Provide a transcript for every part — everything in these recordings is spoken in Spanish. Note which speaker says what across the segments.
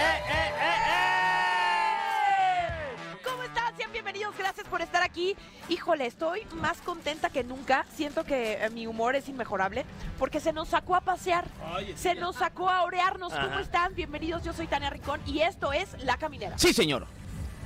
Speaker 1: Eh,
Speaker 2: ¿Cómo están? Sean bienvenidos, gracias por estar aquí. Híjole, estoy más contenta que nunca. Siento que eh, mi humor es inmejorable porque se nos sacó a pasear, se nos sacó a orearnos. ¿Cómo están? Bienvenidos, yo soy Tania Rincón y esto es La Caminera.
Speaker 3: Sí, señor.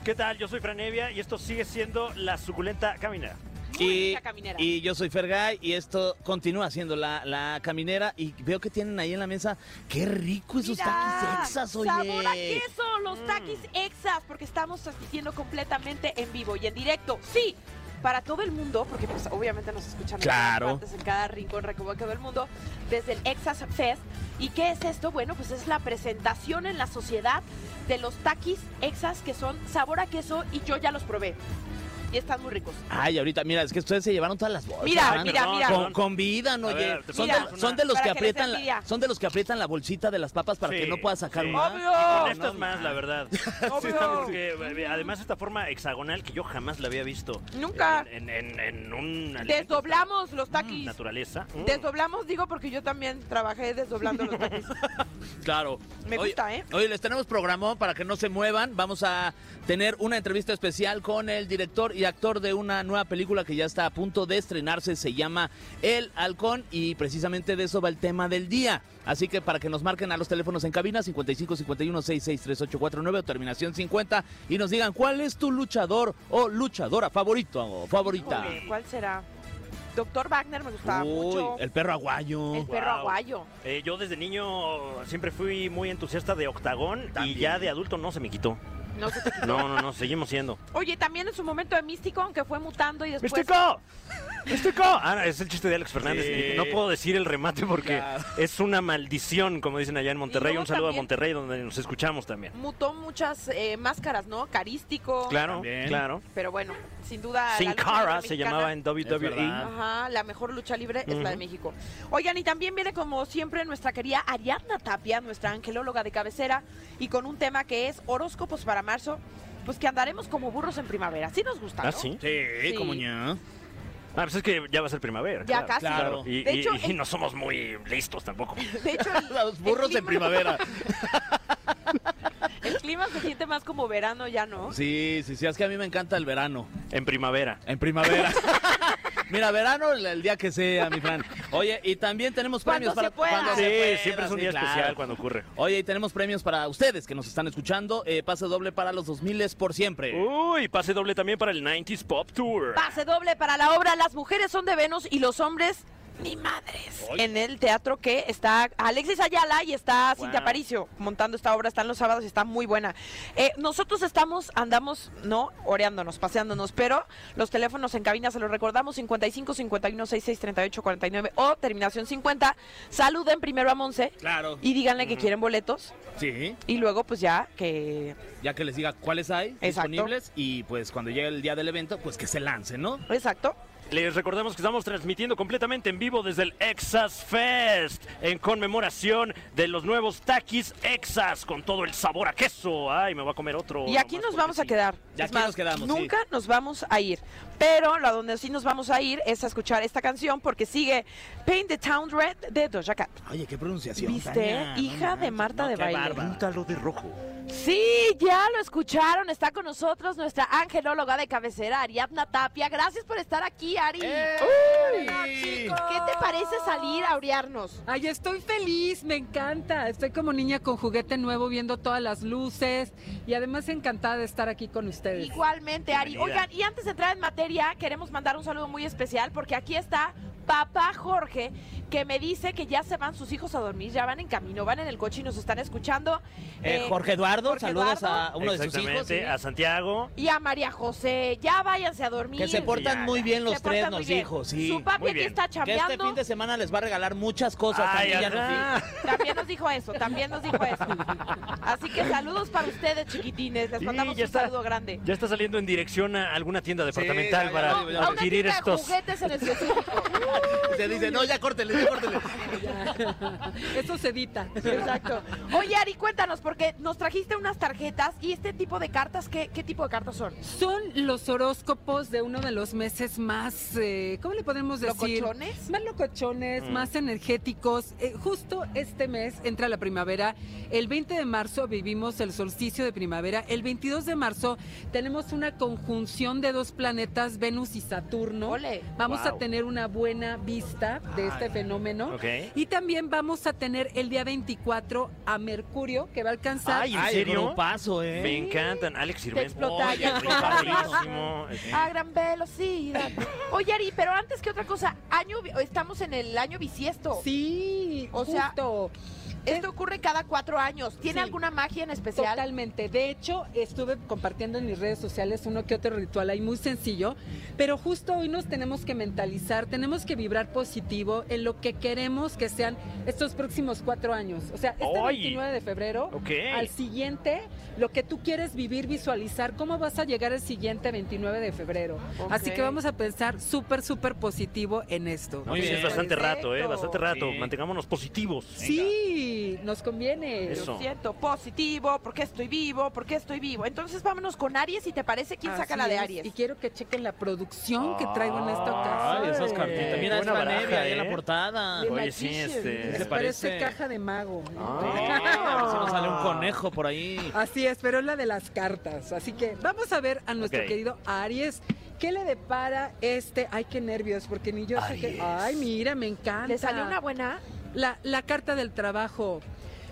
Speaker 1: ¿Qué tal? Yo soy Franevia y esto sigue siendo la suculenta caminera.
Speaker 2: Muy
Speaker 3: y,
Speaker 2: linda caminera.
Speaker 3: y yo soy Fergay y esto continúa siendo la, la caminera y veo que tienen ahí en la mesa, qué rico esos
Speaker 2: Mira,
Speaker 3: taquis exas, oye.
Speaker 2: Sabor a queso, los taquis exas, porque estamos transmitiendo completamente en vivo y en directo. Sí, para todo el mundo, porque pues obviamente nos escuchan en todas
Speaker 3: Claro.
Speaker 2: partes, en cada rincón recóncavo del mundo, desde el Exas Fest. ¿Y qué es esto? Bueno, pues es la presentación en la sociedad de los taquis exas que son sabor a queso y yo ya los probé. Y están muy ricos.
Speaker 3: Ay, ahorita, mira, es que ustedes se llevaron todas las bolsas.
Speaker 2: Mira,
Speaker 3: Fran.
Speaker 2: mira, mira.
Speaker 3: Con, convidan,
Speaker 1: A
Speaker 3: oye.
Speaker 1: ver, te
Speaker 3: son,
Speaker 2: ponemos
Speaker 3: de,
Speaker 1: una-
Speaker 3: son de los
Speaker 2: para
Speaker 3: que
Speaker 2: que les
Speaker 3: aprietan la,
Speaker 2: envidia.
Speaker 3: son de los que aprietan la bolsita de las papas para
Speaker 1: Sí,
Speaker 3: que no pueda sacar
Speaker 1: sí.
Speaker 3: una.
Speaker 1: Con
Speaker 2: ¡Obvio!
Speaker 1: esto es más, la verdad. Sí, está,
Speaker 2: ¡Obvio!
Speaker 1: porque, eh, además, esta forma hexagonal que yo jamás la había visto.
Speaker 2: Nunca.
Speaker 1: En, en- en un alimento
Speaker 2: Desdoblamos los
Speaker 1: de
Speaker 2: taquis.
Speaker 1: naturaleza. Mm.
Speaker 2: Desdoblamos, digo, porque yo también trabajé desdoblando los taquis.
Speaker 3: Claro.
Speaker 2: Me
Speaker 3: Oye,
Speaker 2: gusta, ¿eh?
Speaker 3: Oye, les tenemos programón para que no se muevan. Vamos a tener una entrevista especial con el director y actor de una nueva película que ya está a punto de estrenarse. Se llama El Halcón y precisamente de eso va el tema del día. Así que para que nos marquen a los teléfonos en cabina 55 51 66 3849 o terminación 50 y nos digan cuál es tu luchador o luchadora favorito o favorita.
Speaker 2: Híjole, ¿Cuál será? Doctor Wagner me gustaba mucho.
Speaker 3: el perro aguayo.
Speaker 2: El perro
Speaker 1: Wow.
Speaker 2: aguayo.
Speaker 1: Eh, yo desde niño siempre fui muy entusiasta de octagón y ya de adulto no se me quitó.
Speaker 2: No sé.
Speaker 1: No, no, no, seguimos siendo.
Speaker 2: Oye, también en su momento de místico, aunque fue mutando y después.
Speaker 1: ¡Místico! ¡Místico! Ah, no, es el chiste de Alex Fernández.
Speaker 3: Sí.
Speaker 1: No puedo decir el remate porque
Speaker 3: Claro.
Speaker 1: es una maldición, como dicen allá en Monterrey.
Speaker 2: luego
Speaker 1: Un saludo
Speaker 2: también-
Speaker 1: a Monterrey, donde nos escuchamos también.
Speaker 2: Mutó muchas eh, máscaras, ¿no? Carístico.
Speaker 1: Claro,
Speaker 3: También.
Speaker 1: claro.
Speaker 2: Pero bueno, sin duda.
Speaker 1: Sin
Speaker 2: la lucha
Speaker 1: Cara
Speaker 2: libre
Speaker 1: se
Speaker 2: mexicana-
Speaker 1: llamaba en WWE.
Speaker 3: verdad.
Speaker 2: Ajá, la mejor lucha libre es la de
Speaker 1: Ujú.
Speaker 2: México. Oigan, y también viene como siempre nuestra querida Ariadna Tapia, nuestra angelóloga de cabecera, y con un tema que es horóscopos para marzo, pues que andaremos como burros en primavera. Sí nos gusta,
Speaker 1: ¿Ah,
Speaker 2: ¿no?
Speaker 1: sí?
Speaker 2: Sí. como ña.
Speaker 1: Ah, pues es que ya va a ser primavera.
Speaker 2: Ya casi.
Speaker 3: Claro.
Speaker 1: Y,
Speaker 2: De
Speaker 1: y-
Speaker 2: hecho,
Speaker 1: y
Speaker 2: en-
Speaker 1: no somos muy listos tampoco.
Speaker 2: De hecho, el-
Speaker 3: Los burros
Speaker 2: el
Speaker 3: en
Speaker 2: clima-
Speaker 3: primavera.
Speaker 2: El clima se siente más como verano ya, ¿no?
Speaker 3: Sí, sí, sí, es que a mí me encanta el verano.
Speaker 1: En primavera.
Speaker 3: En primavera. Mira, verano el, el día que sea, mi Fran. Oye, y también tenemos
Speaker 2: Cuando
Speaker 3: premios
Speaker 2: se
Speaker 3: para
Speaker 2: pueda.
Speaker 3: cuando
Speaker 1: Sí,
Speaker 3: se pueda,
Speaker 1: siempre es un
Speaker 3: sí,
Speaker 1: día
Speaker 3: claro.
Speaker 1: especial cuando ocurre.
Speaker 3: Oye, y tenemos premios para ustedes que nos están escuchando. Eh, pase doble para los 2000 por siempre.
Speaker 1: Uy, pase doble también para el 90s Pop Tour.
Speaker 2: Pase doble para la obra Las mujeres son de Venus y los hombres ni madres. En el teatro que está Alexis Ayala y está Cintia
Speaker 1: Wow.
Speaker 2: Aparicio montando esta obra, están los sábados y está muy buena. Eh, nosotros estamos, andamos, no, oreándonos, paseándonos, pero los teléfonos en cabina se los recordamos, 55 51 66 38 49 o terminación 50. Saluden primero a Monse
Speaker 3: Claro.
Speaker 2: y díganle que quieren boletos
Speaker 3: Sí,
Speaker 2: y luego pues ya que...
Speaker 3: ya que les diga cuáles hay
Speaker 2: Exacto.
Speaker 3: disponibles y pues cuando llegue el día del evento, pues que se lancen, ¿no?
Speaker 2: Exacto.
Speaker 1: Les recordamos que estamos transmitiendo completamente en vivo desde el Exas Fest en conmemoración de los nuevos taquis Exas con todo el sabor a queso. Ay, me voy a comer otro.
Speaker 2: Y aquí
Speaker 1: nomás
Speaker 2: nos vamos a
Speaker 1: porque sí.
Speaker 2: quedar.
Speaker 3: Y
Speaker 2: Es
Speaker 3: aquí nos quedamos, sí.
Speaker 2: Nunca nos vamos a ir. Pero lo a donde sí nos vamos a ir es a escuchar esta canción porque sigue Paint the Town Red de Doja Cat.
Speaker 3: Oye, qué pronunciación.
Speaker 2: ¿Viste?
Speaker 3: Tania,
Speaker 2: Hija de
Speaker 3: manches,
Speaker 2: Marta de
Speaker 3: qué
Speaker 2: baile.
Speaker 3: bárbara.
Speaker 1: Púntalo de rojo.
Speaker 2: Sí, ya lo escucharon. Está con nosotros nuestra angelóloga de cabecera, Ariadna Tapia. Gracias por estar aquí, Ari.
Speaker 3: ¡Ey!
Speaker 2: ¿Qué te parece salir a orearnos?
Speaker 4: Ay, estoy feliz, me encanta. Estoy como niña con juguete nuevo viendo todas las luces y además encantada de estar aquí con ustedes.
Speaker 2: Igualmente, Ari.
Speaker 1: Bienvenida.
Speaker 2: Oigan, y antes de entrar en materia, queremos mandar un saludo muy especial porque aquí está papá Jorge, que me dice que ya se van sus hijos a dormir, ya van en camino, van en el coche y nos están escuchando.
Speaker 3: Eh,
Speaker 2: Eh,
Speaker 3: Jorge Eduardo,
Speaker 2: Jorge
Speaker 3: saludos a
Speaker 2: Eduardo.
Speaker 3: uno de sus hijos.
Speaker 1: Exactamente,
Speaker 3: sí.
Speaker 1: a Santiago.
Speaker 2: Y a María José, ya váyanse a dormir.
Speaker 3: Que se portan
Speaker 1: Ya,
Speaker 3: muy
Speaker 1: ya.
Speaker 3: bien los
Speaker 2: Se
Speaker 3: tres,
Speaker 2: portan muy
Speaker 3: nos
Speaker 2: bien.
Speaker 3: dijo, sí.
Speaker 2: Su papi
Speaker 1: Muy
Speaker 2: aquí
Speaker 1: bien.
Speaker 2: está
Speaker 3: Que este fin
Speaker 2: chambeando.
Speaker 3: de semana les va a regalar muchas cosas.
Speaker 1: Ay,
Speaker 3: también, ya nos
Speaker 1: ajá.
Speaker 3: dijo.
Speaker 2: También nos dijo eso, también nos dijo eso. Así que saludos para ustedes, chiquitines. Les
Speaker 1: Sí,
Speaker 2: mandamos
Speaker 1: ya
Speaker 2: un
Speaker 1: está.
Speaker 2: saludo grande.
Speaker 1: Ya está saliendo en dirección a alguna tienda departamental
Speaker 3: ya, ya,
Speaker 1: para
Speaker 3: ya, ya, ya.
Speaker 2: a una
Speaker 1: adquirir
Speaker 2: tienda de
Speaker 1: estos.
Speaker 2: juguetes en específico.
Speaker 3: Se dice, no, ya córtele, ya córtele.
Speaker 4: Eso se edita.
Speaker 2: Exacto. Oye, Ari, cuéntanos, porque nos trajiste unas tarjetas y este tipo de cartas, ¿qué, qué tipo de cartas son?
Speaker 4: Son los horóscopos de uno de los meses más, eh, ¿cómo le podemos decir?
Speaker 2: ¿Locochones?
Speaker 4: Más locochones,
Speaker 1: Mm.
Speaker 4: más energéticos. Eh, justo este mes entra la primavera. El 20 de marzo vivimos el solsticio de primavera. El 22 de marzo tenemos una conjunción de dos planetas, Venus y Saturno.
Speaker 2: Ole.
Speaker 4: Vamos a
Speaker 1: Wow.
Speaker 4: tener una buena vista de este fenómeno.
Speaker 1: Ok.
Speaker 4: Y también vamos a tener el día 24 a Mercurio, que va a alcanzar
Speaker 1: Ay, ¿en serio?
Speaker 3: paso, ¿eh?
Speaker 1: Me encantan. Alex Sirven.
Speaker 2: explota.
Speaker 1: Oye, soy padrísimo.
Speaker 2: A Ah, gran velocidad. Oye, Ari, pero antes que otra cosa, año, bi- estamos en el año bisiesto.
Speaker 4: Sí,
Speaker 2: O sea,
Speaker 4: justo,
Speaker 2: Esto ocurre cada cuatro años. ¿Tiene
Speaker 4: Sí.
Speaker 2: alguna magia en especial?
Speaker 4: totalmente. De hecho, estuve compartiendo en mis redes sociales uno que otro ritual ahí muy sencillo, pero justo hoy nos tenemos que mentalizar, tenemos que vibrar positivo en lo que queremos que sean estos próximos cuatro años. O sea, este
Speaker 1: ¡Ay!
Speaker 4: 29 de febrero
Speaker 1: Ok.
Speaker 4: al siguiente, lo que tú quieres vivir, visualizar, cómo vas a llegar el siguiente 29 de febrero. Así
Speaker 2: Ok.
Speaker 4: que vamos a pensar súper, súper positivo en esto.
Speaker 1: No,
Speaker 3: Muy
Speaker 1: pues
Speaker 3: bien.
Speaker 1: es bastante rato, ¿eh?
Speaker 2: Perfecto.
Speaker 1: Bastante rato.
Speaker 3: Sí.
Speaker 1: Mantengámonos positivos.
Speaker 4: Sí, nos conviene.
Speaker 1: Eso.
Speaker 2: Lo siento, positivo, porque estoy vivo, porque estoy vivo. Entonces vámonos con Aries, si te parece, ¿quién saca
Speaker 4: Así
Speaker 2: la de
Speaker 4: es,
Speaker 2: Aries?
Speaker 4: Y quiero que chequen la producción
Speaker 3: Ah.
Speaker 4: que traigo en esta ocasión.
Speaker 3: Ay, esas cartitas. Mira, es
Speaker 1: Eh, Buena
Speaker 3: la
Speaker 1: baraja,
Speaker 3: nevia ahí en
Speaker 1: ¿eh?
Speaker 3: la portada.
Speaker 4: The
Speaker 1: Oye, sí,
Speaker 4: Magician.
Speaker 1: este,
Speaker 4: Les
Speaker 3: ¿le
Speaker 4: parece?
Speaker 3: parece?
Speaker 4: caja de mago.
Speaker 3: Ah, a ver si nos sale un conejo por ahí.
Speaker 4: Así es, pero es la de las cartas. Así que vamos a ver a nuestro
Speaker 1: Ok.
Speaker 4: querido Aries. ¿Qué le depara este? Ay, qué nervios, porque ni yo sé que. Ay, mira, me encanta.
Speaker 2: ¿Le salió una buena?
Speaker 4: La, la carta del trabajo.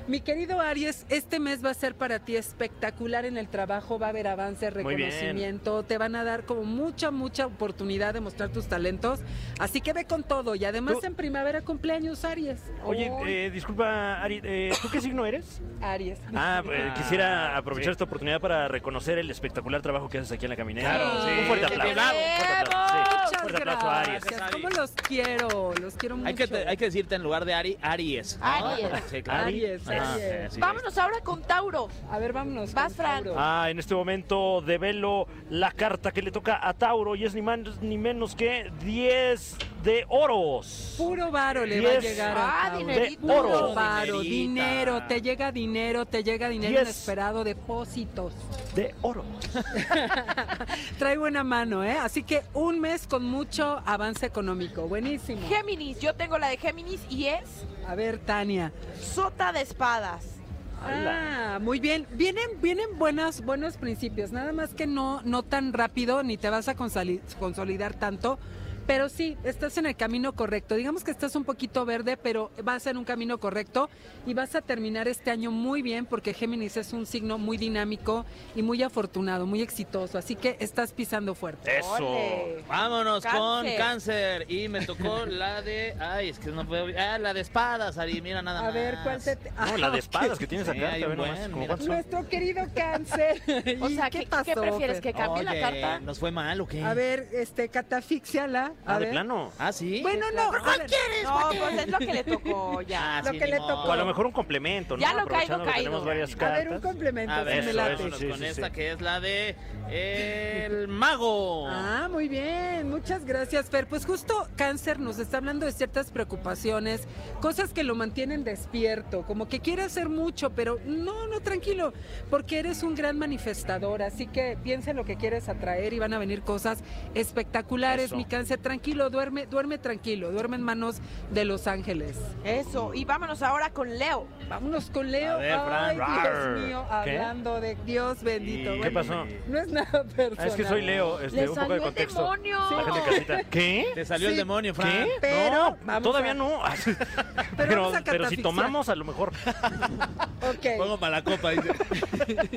Speaker 4: Mi querido Aries, este mes va a ser para ti espectacular en el trabajo, va a haber avance,
Speaker 1: Muy bien.
Speaker 4: reconocimiento, te van a dar como mucha, mucha oportunidad de mostrar tus talentos. Así que ve con todo y además
Speaker 1: Tú-
Speaker 4: en primavera cumpleaños, Aries.
Speaker 1: Oye,
Speaker 4: Ay,
Speaker 1: eh, disculpa, Ari, eh, ¿tú qué signo eres?
Speaker 4: Aries.
Speaker 1: Ah, eh, quisiera aprovechar
Speaker 3: sí.
Speaker 1: esta oportunidad para reconocer el espectacular trabajo que haces aquí en la caminera.
Speaker 3: Claro, sí.
Speaker 1: Un fuerte aplauso.
Speaker 3: Bravo,
Speaker 1: un fuerte aplauso, sí.
Speaker 4: Muchas
Speaker 1: Fuerte aplauso a Aries.
Speaker 4: gracias. ¿Cómo los quiero? Los quiero mucho.
Speaker 3: Hay que, te- hay que decirte en lugar de Ari, Aries. ¿no?
Speaker 2: Aries.
Speaker 3: Sí, claro.
Speaker 4: Aries,
Speaker 3: Ah,
Speaker 4: Aries.
Speaker 3: sí,
Speaker 2: Vámonos ahora con Tauro.
Speaker 4: A ver, vámonos.
Speaker 2: Vas,
Speaker 4: con
Speaker 2: Fran.
Speaker 4: Tauro.
Speaker 1: Ah, en este momento develo la carta que le toca a Tauro y es ni, más, ni menos que 10 de oros.
Speaker 4: Puro varo le va a
Speaker 1: Diez
Speaker 4: llegar
Speaker 2: ah,
Speaker 4: a Tauro.
Speaker 2: dinerito.
Speaker 1: de oro.
Speaker 4: Puro varo,
Speaker 3: Dinerita.
Speaker 4: dinero, te llega dinero, te llega dinero
Speaker 1: Diez.
Speaker 4: inesperado, depósitos.
Speaker 1: De oro.
Speaker 4: Trae buena mano, ¿eh? Así que un mes con mucho avance económico. Buenísimo.
Speaker 2: Géminis, yo tengo la de Géminis y es
Speaker 4: A ver, Tania.
Speaker 2: Sota de Espadas.
Speaker 4: Ah, muy bien. Vienen, vienen buenas, buenos principios. Nada más que no, no tan rápido, ni te vas a consali- consolidar tanto. Pero sí, estás en el camino correcto. Digamos que estás un poquito verde, pero vas en un camino correcto y vas a terminar este año muy bien porque Géminis es un signo muy dinámico y muy afortunado, muy exitoso. Así que estás pisando fuerte.
Speaker 1: Eso.
Speaker 2: Ole.
Speaker 3: Vámonos
Speaker 2: Cáncer.
Speaker 3: con cáncer. Y me tocó la de. Ay, es que no puedo. Ah, la de espadas, Ari. Mira nada más.
Speaker 4: A ver, ¿cuál se te... Ah,
Speaker 1: No, la de espadas que tienes
Speaker 3: Sí,
Speaker 1: acá.
Speaker 3: hay
Speaker 1: te
Speaker 3: un
Speaker 1: ve nomás,
Speaker 3: buen,
Speaker 1: como
Speaker 3: mira.
Speaker 1: cuántos son.
Speaker 4: Nuestro querido cáncer.
Speaker 2: O
Speaker 4: ¿Y
Speaker 2: sea, ¿qué, qué prefieres? ¿Que
Speaker 4: Fer?
Speaker 2: cambie la
Speaker 3: Oye,
Speaker 2: carta?
Speaker 3: ¿Nos fue mal o qué?
Speaker 4: A ver, este, catafixiala. A
Speaker 1: Ah, de
Speaker 4: ver.
Speaker 1: plano.
Speaker 3: Ah, sí.
Speaker 4: Bueno, no. a ver.
Speaker 2: No, pues es lo que le tocó ya.
Speaker 3: Ah,
Speaker 4: lo
Speaker 3: sí,
Speaker 4: que
Speaker 3: ni
Speaker 4: le
Speaker 3: modo.
Speaker 4: tocó.
Speaker 1: O a lo mejor un complemento, ¿no?
Speaker 2: Ya lo
Speaker 1: Aprovechando
Speaker 2: caigo,
Speaker 1: que
Speaker 2: caído.
Speaker 1: tenemos varias
Speaker 4: A
Speaker 1: cartas.
Speaker 4: ver, un complemento,
Speaker 3: A
Speaker 4: si
Speaker 3: ver,
Speaker 4: me
Speaker 1: eso,
Speaker 4: late.
Speaker 3: vámonos
Speaker 1: sí,
Speaker 3: con
Speaker 1: sí,
Speaker 3: esta
Speaker 1: sí. Ah,
Speaker 3: que es la de El Mago.
Speaker 4: Ah, muy bien, muchas gracias Fer. Pues justo cáncer nos está hablando de ciertas preocupaciones, cosas que lo mantienen despierto, como que quiere hacer mucho, pero no, no, tranquilo, porque eres un gran manifestador, así que piensa en lo que quieres atraer y van a venir cosas espectaculares,
Speaker 1: Eso.
Speaker 4: mi cáncer, tranquilo, duerme, duerme tranquilo, duerme en manos de los ángeles.
Speaker 2: Eso, y vámonos ahora con Leo.
Speaker 4: Vámonos con Leo.
Speaker 3: A ver,
Speaker 4: Ay,
Speaker 3: Fran.
Speaker 1: Rar.
Speaker 4: Dios mío,
Speaker 1: ¿Qué?
Speaker 4: hablando de Dios bendito.
Speaker 3: ¿Y
Speaker 1: ¿Qué
Speaker 4: Bueno,
Speaker 1: pasó?
Speaker 4: No es nada personal.
Speaker 1: Ah, es que soy Leo, este,
Speaker 2: ¡Le
Speaker 1: un poco de
Speaker 2: salió el
Speaker 1: contexto.
Speaker 2: demonio!
Speaker 1: La gente en casita. ¿Qué?
Speaker 3: Te salió
Speaker 4: Sí.
Speaker 3: el demonio, Fran.
Speaker 1: ¿Qué?
Speaker 4: Pero
Speaker 1: no,
Speaker 4: vamos
Speaker 1: todavía
Speaker 4: a-
Speaker 1: no.
Speaker 4: Pero vamos a
Speaker 1: pero si
Speaker 4: catafixiar.
Speaker 1: tomamos, a lo mejor.
Speaker 4: Ok.
Speaker 3: Pongo para la copa, dice.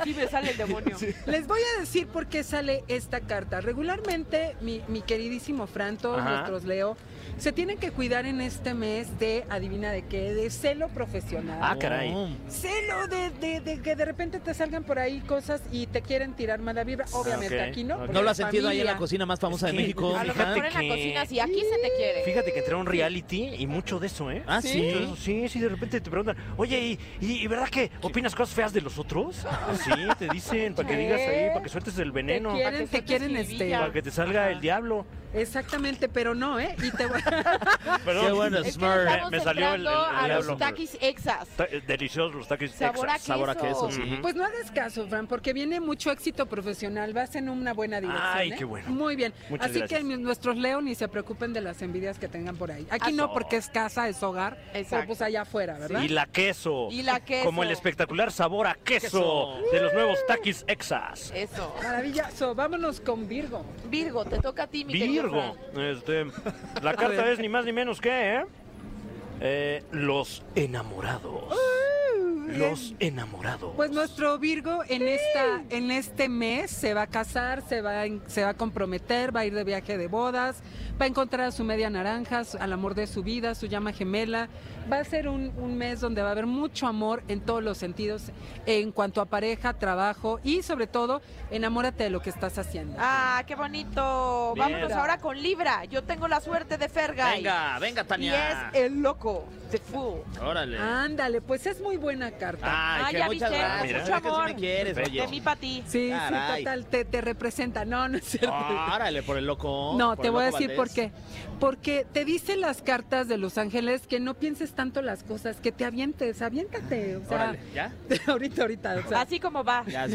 Speaker 2: Sí me sale el demonio.
Speaker 4: Les voy a decir por qué sale esta carta. Regularmente, mi, mi queridísimo Fran, todos
Speaker 1: Ajá.
Speaker 4: nuestros Leo, se tienen que cuidar en este mes de, adivina de qué, de celo profesional.
Speaker 1: Ah, caray.
Speaker 5: Oh.
Speaker 4: Celo de, de- de que de repente te salgan por ahí cosas y te quieren tirar mala vibra. Obviamente,
Speaker 1: Ah, ok,
Speaker 4: aquí no.
Speaker 1: ok.
Speaker 4: porque
Speaker 3: ¿No lo has
Speaker 4: es
Speaker 3: sentido ahí en la
Speaker 4: familia.
Speaker 3: cocina más famosa
Speaker 1: Es
Speaker 3: de
Speaker 1: que-
Speaker 3: México,
Speaker 2: A
Speaker 1: Ah,
Speaker 2: lo
Speaker 3: mi Fran?
Speaker 2: mejor en la
Speaker 1: que-
Speaker 2: cocina, sí, aquí se te quiere.
Speaker 1: Fíjate que entré a un reality y mucho de eso, ¿eh?
Speaker 3: Ah, sí.
Speaker 1: Entonces, sí, sí, de repente te preguntan, oye, ¿y, y- y verdad que opinas cosas feas de los otros? Sí, te dicen, para que digas ahí, para que sueltes el
Speaker 4: Te
Speaker 1: veneno,
Speaker 4: quieren,
Speaker 2: Para que
Speaker 4: te quieren
Speaker 2: sueltes
Speaker 4: este.
Speaker 2: jiribilla.
Speaker 1: para que te salga el diablo.
Speaker 4: Exactamente, pero no, ¿eh? Y te voy a-
Speaker 1: Perdón.
Speaker 3: Qué bueno,
Speaker 5: Es que
Speaker 3: Smurf.
Speaker 5: nos estamos
Speaker 1: Me- me salió el- el-
Speaker 5: entrando
Speaker 1: el
Speaker 5: a los
Speaker 1: diablo.
Speaker 5: taquis exas.
Speaker 1: Ta- eh, Deliciosos los taquis
Speaker 5: Sabor a
Speaker 1: Texas.
Speaker 5: queso.
Speaker 3: Sabor a queso, sí.
Speaker 1: Ujú.
Speaker 4: Pues no hagas caso, Fran, porque viene mucho éxito profesional, vas en una buena dirección.
Speaker 1: Ay,
Speaker 4: ¿eh?
Speaker 1: qué bueno.
Speaker 4: Muy bien.
Speaker 1: Muchas
Speaker 4: Así
Speaker 1: gracias.
Speaker 4: que mi- nuestros Leo ni se preocupen de las envidias que tengan por ahí. Aquí
Speaker 5: Ah,
Speaker 4: no,
Speaker 1: no.
Speaker 4: porque es casa, es hogar,
Speaker 5: Exacto.
Speaker 4: pero pues allá afuera, ¿verdad?
Speaker 1: Y la queso.
Speaker 5: Y la queso.
Speaker 1: Como el espectacular sabor a queso, de los nuevos taquis exas.
Speaker 5: Eso.
Speaker 4: Maravilloso, vámonos con Virgo.
Speaker 5: Virgo, te toca a ti, mi querido
Speaker 1: Virgo.
Speaker 5: Fran.
Speaker 1: Este, la carta es ni más ni menos que, ¿eh? Eh, los enamorados. Los enamorados.
Speaker 4: Pues nuestro Virgo en esta en este mes se va a casar, se va a en- se va a comprometer, va a ir de viaje de bodas, va a encontrar a su media naranja, su- al amor de su vida, su llama gemela. Va a ser un, un mes donde va a haber mucho amor en todos los sentidos, en cuanto a pareja, trabajo y sobre todo enamórate de lo que estás haciendo.
Speaker 2: Ah, qué bonito.
Speaker 3: Bien.
Speaker 2: Vámonos ahora con Libra. Yo tengo la suerte de Fergay.
Speaker 3: Venga, venga,
Speaker 2: Y
Speaker 3: Tania.
Speaker 2: es el loco de Fool.
Speaker 3: Órale.
Speaker 4: Ándale, pues es muy buena carta.
Speaker 3: Ay,
Speaker 2: Ah,
Speaker 3: que
Speaker 2: ya
Speaker 3: muchas
Speaker 2: viste,
Speaker 3: gracias.
Speaker 1: mucho
Speaker 3: Mira que sí
Speaker 2: amor.
Speaker 3: me quieres,
Speaker 1: Perfecto.
Speaker 2: De
Speaker 3: oye.
Speaker 2: mí para ti.
Speaker 4: Sí, sí,
Speaker 3: Caray.
Speaker 4: total, te, te representa. No, no es cierto.
Speaker 3: Órale, por el loco.
Speaker 4: No,
Speaker 3: por
Speaker 4: te
Speaker 3: el
Speaker 4: voy a
Speaker 3: loco
Speaker 4: decir por
Speaker 3: Valdés.
Speaker 4: qué. Porque te dicen las cartas de Los Ángeles que no pienses tanto las cosas, que te avientes, aviéntate. O sea,
Speaker 3: Órale, ¿ya?
Speaker 4: ahorita, ahorita. O sea,
Speaker 2: Así como va.
Speaker 3: Ya.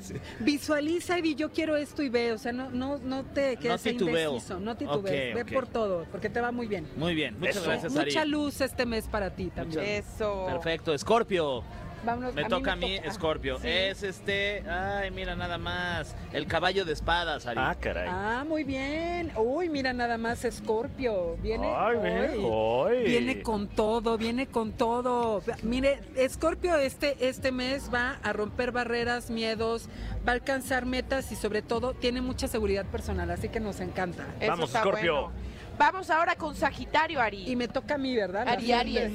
Speaker 4: visualiza y di, yo quiero esto y ve. O sea, no, no, no te quedes ahí
Speaker 3: titubeo.
Speaker 4: indeciso, no titubees.
Speaker 3: Ok,
Speaker 4: ve
Speaker 3: ok.
Speaker 4: por todo, porque te va muy bien.
Speaker 3: Muy bien, muchas
Speaker 1: Eso.
Speaker 3: gracias, Ari.
Speaker 4: Mucha luz este mes para ti también.
Speaker 3: Mucha-
Speaker 2: Eso.
Speaker 3: Perfecto, Scorpio.
Speaker 4: Vámonos,
Speaker 3: Me
Speaker 4: mí
Speaker 3: toca a
Speaker 4: me
Speaker 3: mí,
Speaker 4: toca.
Speaker 3: Scorpio.
Speaker 4: Sí.
Speaker 3: Es este. Ay, mira nada más. El caballo de espadas, Ari.
Speaker 1: Ah, caray.
Speaker 4: Ah, muy bien. Uy, mira nada más Scorpio. Viene,
Speaker 1: Ay,
Speaker 4: hoy.
Speaker 1: ay.
Speaker 4: Viene con todo, viene con todo. Mire, Scorpio este, este mes va a romper barreras, miedos, va a alcanzar metas y sobre todo tiene mucha seguridad personal, así que nos encanta.
Speaker 2: Eso
Speaker 1: Vamos,
Speaker 2: está
Speaker 1: Scorpio.
Speaker 2: bueno. Vamos ahora con Sagitario,
Speaker 4: Y
Speaker 2: Ari.
Speaker 4: me toca a mí, ¿verdad? La
Speaker 5: Ari,
Speaker 4: gente.
Speaker 5: Aries.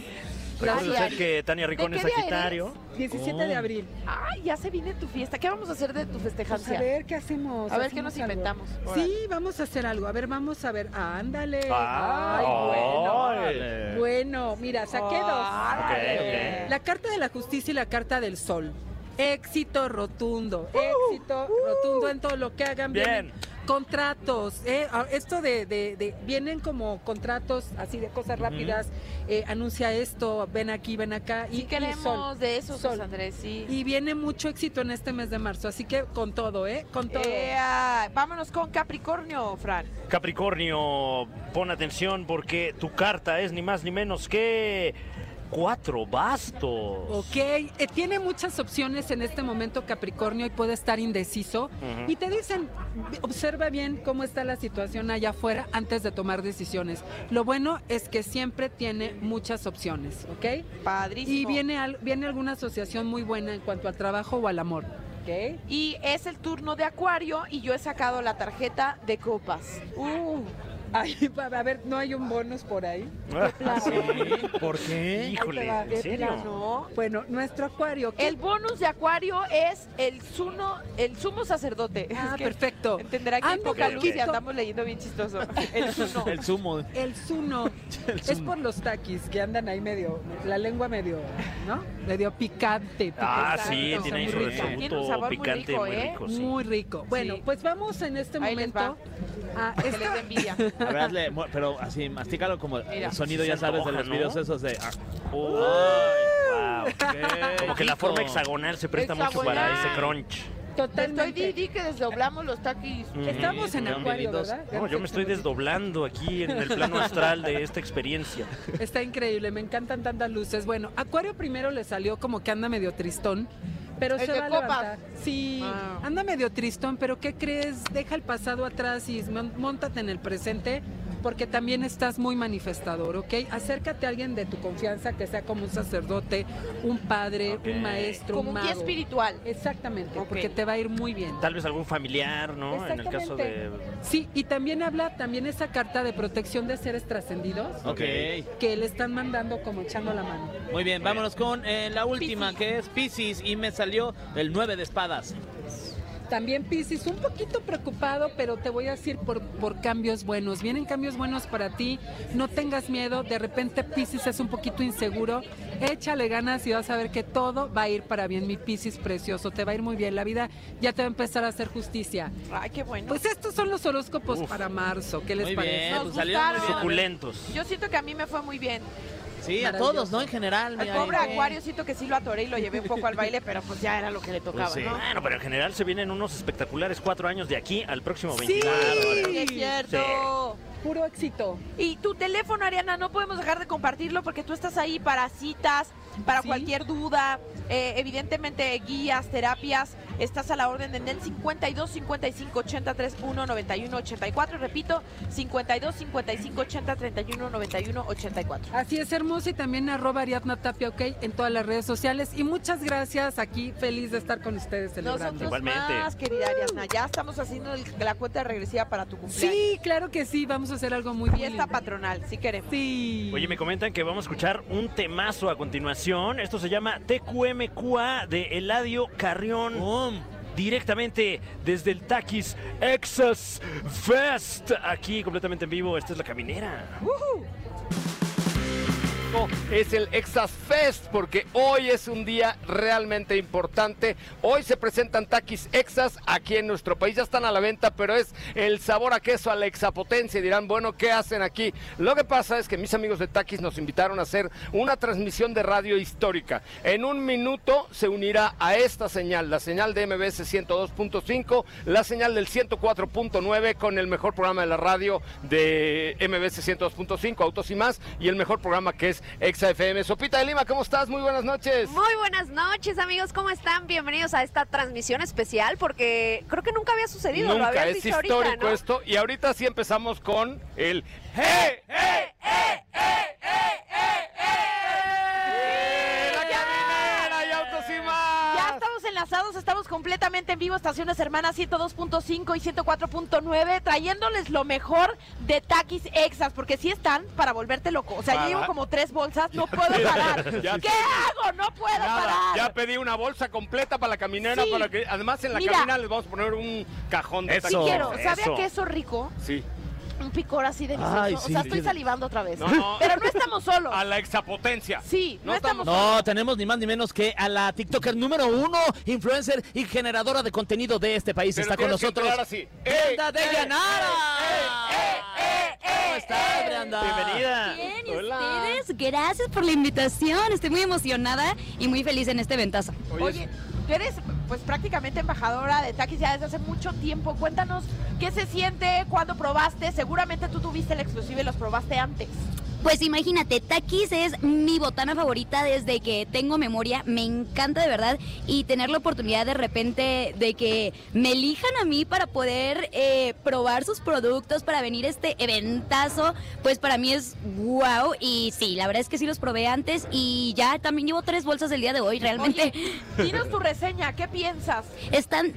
Speaker 1: Recuerda
Speaker 5: Ay,
Speaker 1: usted
Speaker 5: Ari.
Speaker 1: que Tania Rincón
Speaker 5: ¿De
Speaker 1: es
Speaker 5: qué día
Speaker 1: Sagitario.
Speaker 4: 17 de
Speaker 3: Oh.
Speaker 4: abril.
Speaker 5: Ay, ya se viene tu fiesta. ¿Qué vamos a hacer de tu
Speaker 4: Pues a
Speaker 5: festejancia?
Speaker 4: ver qué hacemos.
Speaker 5: A ver,
Speaker 4: ¿Hacemos
Speaker 5: ¿qué nos
Speaker 4: algo?
Speaker 5: inventamos?
Speaker 4: Sí, vamos a hacer algo. A ver, vamos a ver. ándale.
Speaker 1: Ah,
Speaker 4: Ay,
Speaker 1: ay.
Speaker 4: bueno. Bueno, mira, saqué dos.
Speaker 2: Ah,
Speaker 1: Ok,
Speaker 2: Eh,
Speaker 4: La carta de la justicia y la carta del sol. Éxito rotundo, éxito rotundo en todo lo que hagan.
Speaker 1: Bien.
Speaker 4: Vienen Contratos, eh, ah, esto de, de- de- vienen como contratos así de cosas rápidas, eh, anuncia esto, ven aquí, ven acá y,
Speaker 5: Sí
Speaker 4: y
Speaker 5: queremos
Speaker 4: sol.
Speaker 5: de eso,
Speaker 4: Sol.
Speaker 5: José Andrés, sí.
Speaker 4: Y viene mucho éxito en este mes de marzo, así que con todo, ¿eh? Con todo.
Speaker 2: Ea, vámonos con Capricornio, Fran.
Speaker 1: ok. Capricornio, pon atención porque tu carta es ni más ni menos que cuatro bastos.
Speaker 4: Ok, eh, tiene muchas opciones en este momento Capricornio y puede estar indeciso.
Speaker 1: Ujú.
Speaker 4: Y te dicen, "Ve- observa bien cómo está la situación allá afuera antes de tomar decisiones. Lo bueno es que siempre tiene muchas opciones, ¿ok?
Speaker 2: Padrísimo.
Speaker 4: Y viene, al- viene alguna asociación muy buena en cuanto al trabajo o al amor, ¿ok?
Speaker 2: Y es el turno de Acuario y yo he sacado la tarjeta de copas.
Speaker 4: Uh, ay, pa- a ver, ¿no hay un bonus por ahí?
Speaker 1: Ah, ¿sí?
Speaker 3: ¿Por qué?
Speaker 4: Ahí
Speaker 1: Híjole,
Speaker 4: te va,
Speaker 1: ¿en
Speaker 4: de
Speaker 1: serio?
Speaker 2: ¿No?
Speaker 4: Bueno, nuestro acuario. ¿qué-
Speaker 2: El bonus de Acuario es el sumo, el sumo sacerdote.
Speaker 4: Ah,
Speaker 2: Es que
Speaker 4: perfecto.
Speaker 2: Entenderá que hay
Speaker 4: Ando
Speaker 2: poca luz y
Speaker 4: poquito.
Speaker 2: andamos leyendo bien chistoso. El sumo.
Speaker 3: El sumo.
Speaker 4: El Zuno. Es por los taquis que andan ahí medio, la lengua medio, ¿no? Medio picante.
Speaker 1: Ah,
Speaker 4: picante,
Speaker 1: sí,
Speaker 4: cosa
Speaker 1: tiene ahí
Speaker 4: muy
Speaker 1: su
Speaker 4: rica.
Speaker 2: rico. Tiene un
Speaker 1: reducto
Speaker 2: sabor muy
Speaker 1: picante
Speaker 2: rico,
Speaker 1: muy
Speaker 2: ¿eh?
Speaker 1: rico, sí.
Speaker 4: Muy rico. Bueno,
Speaker 2: Sí.
Speaker 4: pues vamos en este
Speaker 2: Ahí les
Speaker 4: momento a
Speaker 2: Que les
Speaker 4: esta-
Speaker 2: dé envidia.
Speaker 3: A ver, hazle, mu- pero así, mastícalo como
Speaker 2: Mira.
Speaker 3: el sonido, ya
Speaker 1: Se
Speaker 3: sabes, de
Speaker 1: antoja,
Speaker 3: los
Speaker 1: ¿no?
Speaker 3: videos esos de. ah,
Speaker 1: Uy, wow. Como que la forma hexagonal se presta mucho para
Speaker 2: Hexagonal.
Speaker 1: ese crunch.
Speaker 2: Te estoy di,
Speaker 4: totalmente.
Speaker 2: di que desdoblamos los taquis.
Speaker 4: Estamos en
Speaker 3: Mm,
Speaker 4: acuario,
Speaker 3: bienvenidos.
Speaker 4: ¿verdad?
Speaker 1: No, yo me estoy desdoblando aquí en el plano astral de esta experiencia.
Speaker 4: Está increíble, me encantan tantas luces. Bueno, Acuario primero le salió como que anda medio tristón, pero
Speaker 2: El
Speaker 4: se
Speaker 2: de
Speaker 4: va a
Speaker 2: copas.
Speaker 4: levantar. Sí,
Speaker 2: Ah.
Speaker 4: anda medio tristón, pero ¿qué crees? Deja el pasado atrás y mon- móntate en el presente porque también estás muy manifestador, ¿ok? Acércate a alguien de tu confianza que sea como un sacerdote, un padre,
Speaker 1: Ok.
Speaker 4: un maestro,
Speaker 2: Como
Speaker 4: un
Speaker 2: un
Speaker 4: mago.
Speaker 2: guía espiritual.
Speaker 4: Exactamente,
Speaker 2: Ok.
Speaker 4: porque te va a ir muy bien.
Speaker 1: Tal vez algún familiar, ¿no? En el caso de... Pues,
Speaker 4: Sí, y también habla también esa carta de protección de seres trascendidos
Speaker 3: Ok.
Speaker 4: que le están mandando como echando la mano.
Speaker 3: Muy bien, vámonos con eh, la última que es Pisces y me salió el 9 de espadas.
Speaker 4: También Piscis, un poquito preocupado, pero te voy a decir por, por cambios buenos. Vienen cambios buenos para ti, no tengas miedo, de repente Piscis es un poquito inseguro, échale ganas y vas a ver que todo va a ir para bien, mi Piscis precioso, te va a ir muy bien, la vida ya te va a empezar a hacer justicia.
Speaker 2: Ay, qué bueno.
Speaker 4: Pues estos son los horóscopos
Speaker 1: Uf.
Speaker 4: para marzo, ¿qué les
Speaker 3: Muy
Speaker 4: parece?
Speaker 3: bien,
Speaker 2: Nos
Speaker 3: pues salieron muy
Speaker 2: gustaron.
Speaker 3: bien. a ver.
Speaker 1: Suculentos.
Speaker 2: Yo siento que a mí me fue muy bien.
Speaker 3: Sí, a todos, ¿no? En general.
Speaker 2: Al
Speaker 3: mira,
Speaker 2: pobre
Speaker 3: ahí.
Speaker 2: Acuario siento que sí lo atoré y lo llevé un poco al baile, pero pues ya era lo que le tocaba,
Speaker 1: Pues sí.
Speaker 2: ¿no?
Speaker 1: Bueno, pero en general se vienen unos espectaculares cuatro años de aquí al próximo 20.
Speaker 2: Sí, es cierto.
Speaker 4: Puro éxito.
Speaker 2: Y tu teléfono, Ariana, no podemos dejar de compartirlo porque tú estás ahí para citas, para
Speaker 4: Sí.
Speaker 2: cualquier duda, eh, evidentemente guías, terapias. Estás a la orden en el 52 55 80 31 91 84. Repito, 52 55 80 31 91 84.
Speaker 4: Así es, hermoso. Y también arroba Ariadna Tapia, ok, en todas las redes sociales. Y muchas gracias aquí. Feliz de estar con ustedes celebrando.
Speaker 2: Nosotros
Speaker 1: Igualmente.
Speaker 2: más, querida Ariana. Ya estamos haciendo el- la cuenta regresiva para tu cumpleaños.
Speaker 4: Sí, claro que sí. Vamos a hacer algo muy bien.
Speaker 2: Fiesta patronal, si queremos.
Speaker 4: Sí.
Speaker 1: Oye, me comentan que vamos a escuchar un temazo a continuación. Esto se llama TQMQA de Eladio Carrión.
Speaker 6: Oh.
Speaker 3: ¡Bum!
Speaker 1: Directamente desde el Takis Exas Fest. Aquí completamente en vivo. Esta es la caminera.
Speaker 6: No, es el Exas Fest, porque hoy es un día realmente importante. Hoy se presentan taquis Exas aquí en nuestro país, ya están a la venta, pero es el sabor a queso a la exapotencia. Y dirán, bueno, ¿qué hacen aquí? Lo que pasa es que mis amigos de taquis nos invitaron a hacer una transmisión de radio histórica. En un minuto se unirá a esta señal, la señal de MBS 102.5, la señal del 104.9 con el mejor programa de la radio de MBS 102.5, Autos y más, y el mejor programa que es Exa FM. Sopita de Lima, ¿cómo estás? Muy buenas noches.
Speaker 7: Muy buenas noches, amigos. ¿Cómo están? Bienvenidos a esta transmisión especial porque creo que nunca había sucedido. lo
Speaker 6: Nunca,
Speaker 7: habían
Speaker 6: es
Speaker 7: dicho ahorita,
Speaker 6: histórico
Speaker 7: ¿no?
Speaker 6: esto. Y ahorita sí empezamos con el ¡Hey! ¡Hey! ¡Eh! ¡La caminera y Autos y Más!
Speaker 2: Ya estamos enlazados, estamos completamente en vivo, estaciones hermanas 102.5 y 104.9, trayéndoles lo mejor de taquis exas, porque sí están para volverte loco. O sea, yo
Speaker 6: Para.
Speaker 2: llevo como tres bolsas, no puedo parar.
Speaker 6: Ya
Speaker 2: ¿Qué
Speaker 6: sé.
Speaker 2: hago? No puedo
Speaker 6: Nada,
Speaker 2: parar.
Speaker 6: ya pedí una bolsa completa para la caminera,
Speaker 2: Sí.
Speaker 6: para que además en la
Speaker 2: Mira.
Speaker 6: caminera les vamos a poner un cajón de
Speaker 1: Eso.
Speaker 2: Sí
Speaker 6: tacos.
Speaker 2: quiero, ¿sabe
Speaker 1: eso.
Speaker 2: a queso rico?
Speaker 6: Sí.
Speaker 2: Un picor así delicioso.
Speaker 3: Ay,
Speaker 2: o
Speaker 3: sí,
Speaker 2: sea, estoy
Speaker 3: sí.
Speaker 2: salivando otra vez.
Speaker 6: No, no.
Speaker 2: Pero no estamos solos.
Speaker 6: A la exapotencia.
Speaker 2: Sí, no,
Speaker 6: No
Speaker 2: estamos,
Speaker 6: estamos-
Speaker 3: No, tenemos ni más ni menos que a la TikToker número uno, influencer y generadora de contenido de este país.
Speaker 6: Pero
Speaker 3: Está con
Speaker 6: tienes que
Speaker 3: nosotros.
Speaker 6: entrar así.
Speaker 3: ¡Brenda
Speaker 6: ¡Eh,
Speaker 3: de
Speaker 6: eh,
Speaker 3: Llanara! ¿Cómo estás, Brenda?
Speaker 1: Bienvenida.
Speaker 8: Bien, ¿y ustedes? Gracias por la invitación. Estoy muy emocionada y muy feliz en este ventazo.
Speaker 2: Oye, tú eres pues prácticamente embajadora de Takis ya desde hace mucho tiempo. Cuéntanos qué se siente, cuándo probaste. Seguramente tú tuviste el exclusivo y los probaste antes.
Speaker 8: Pues imagínate, Takis es mi botana favorita desde que tengo memoria. Me encanta de verdad y tener la oportunidad de repente de que me elijan a mí para poder eh, probar sus productos, para venir a este eventazo, pues para mí es wow. Y sí, la verdad es que sí los probé antes y ya también llevo tres bolsas el día de hoy. Realmente
Speaker 2: Oye, dinos tu reseña, ¿qué piensas?
Speaker 8: Están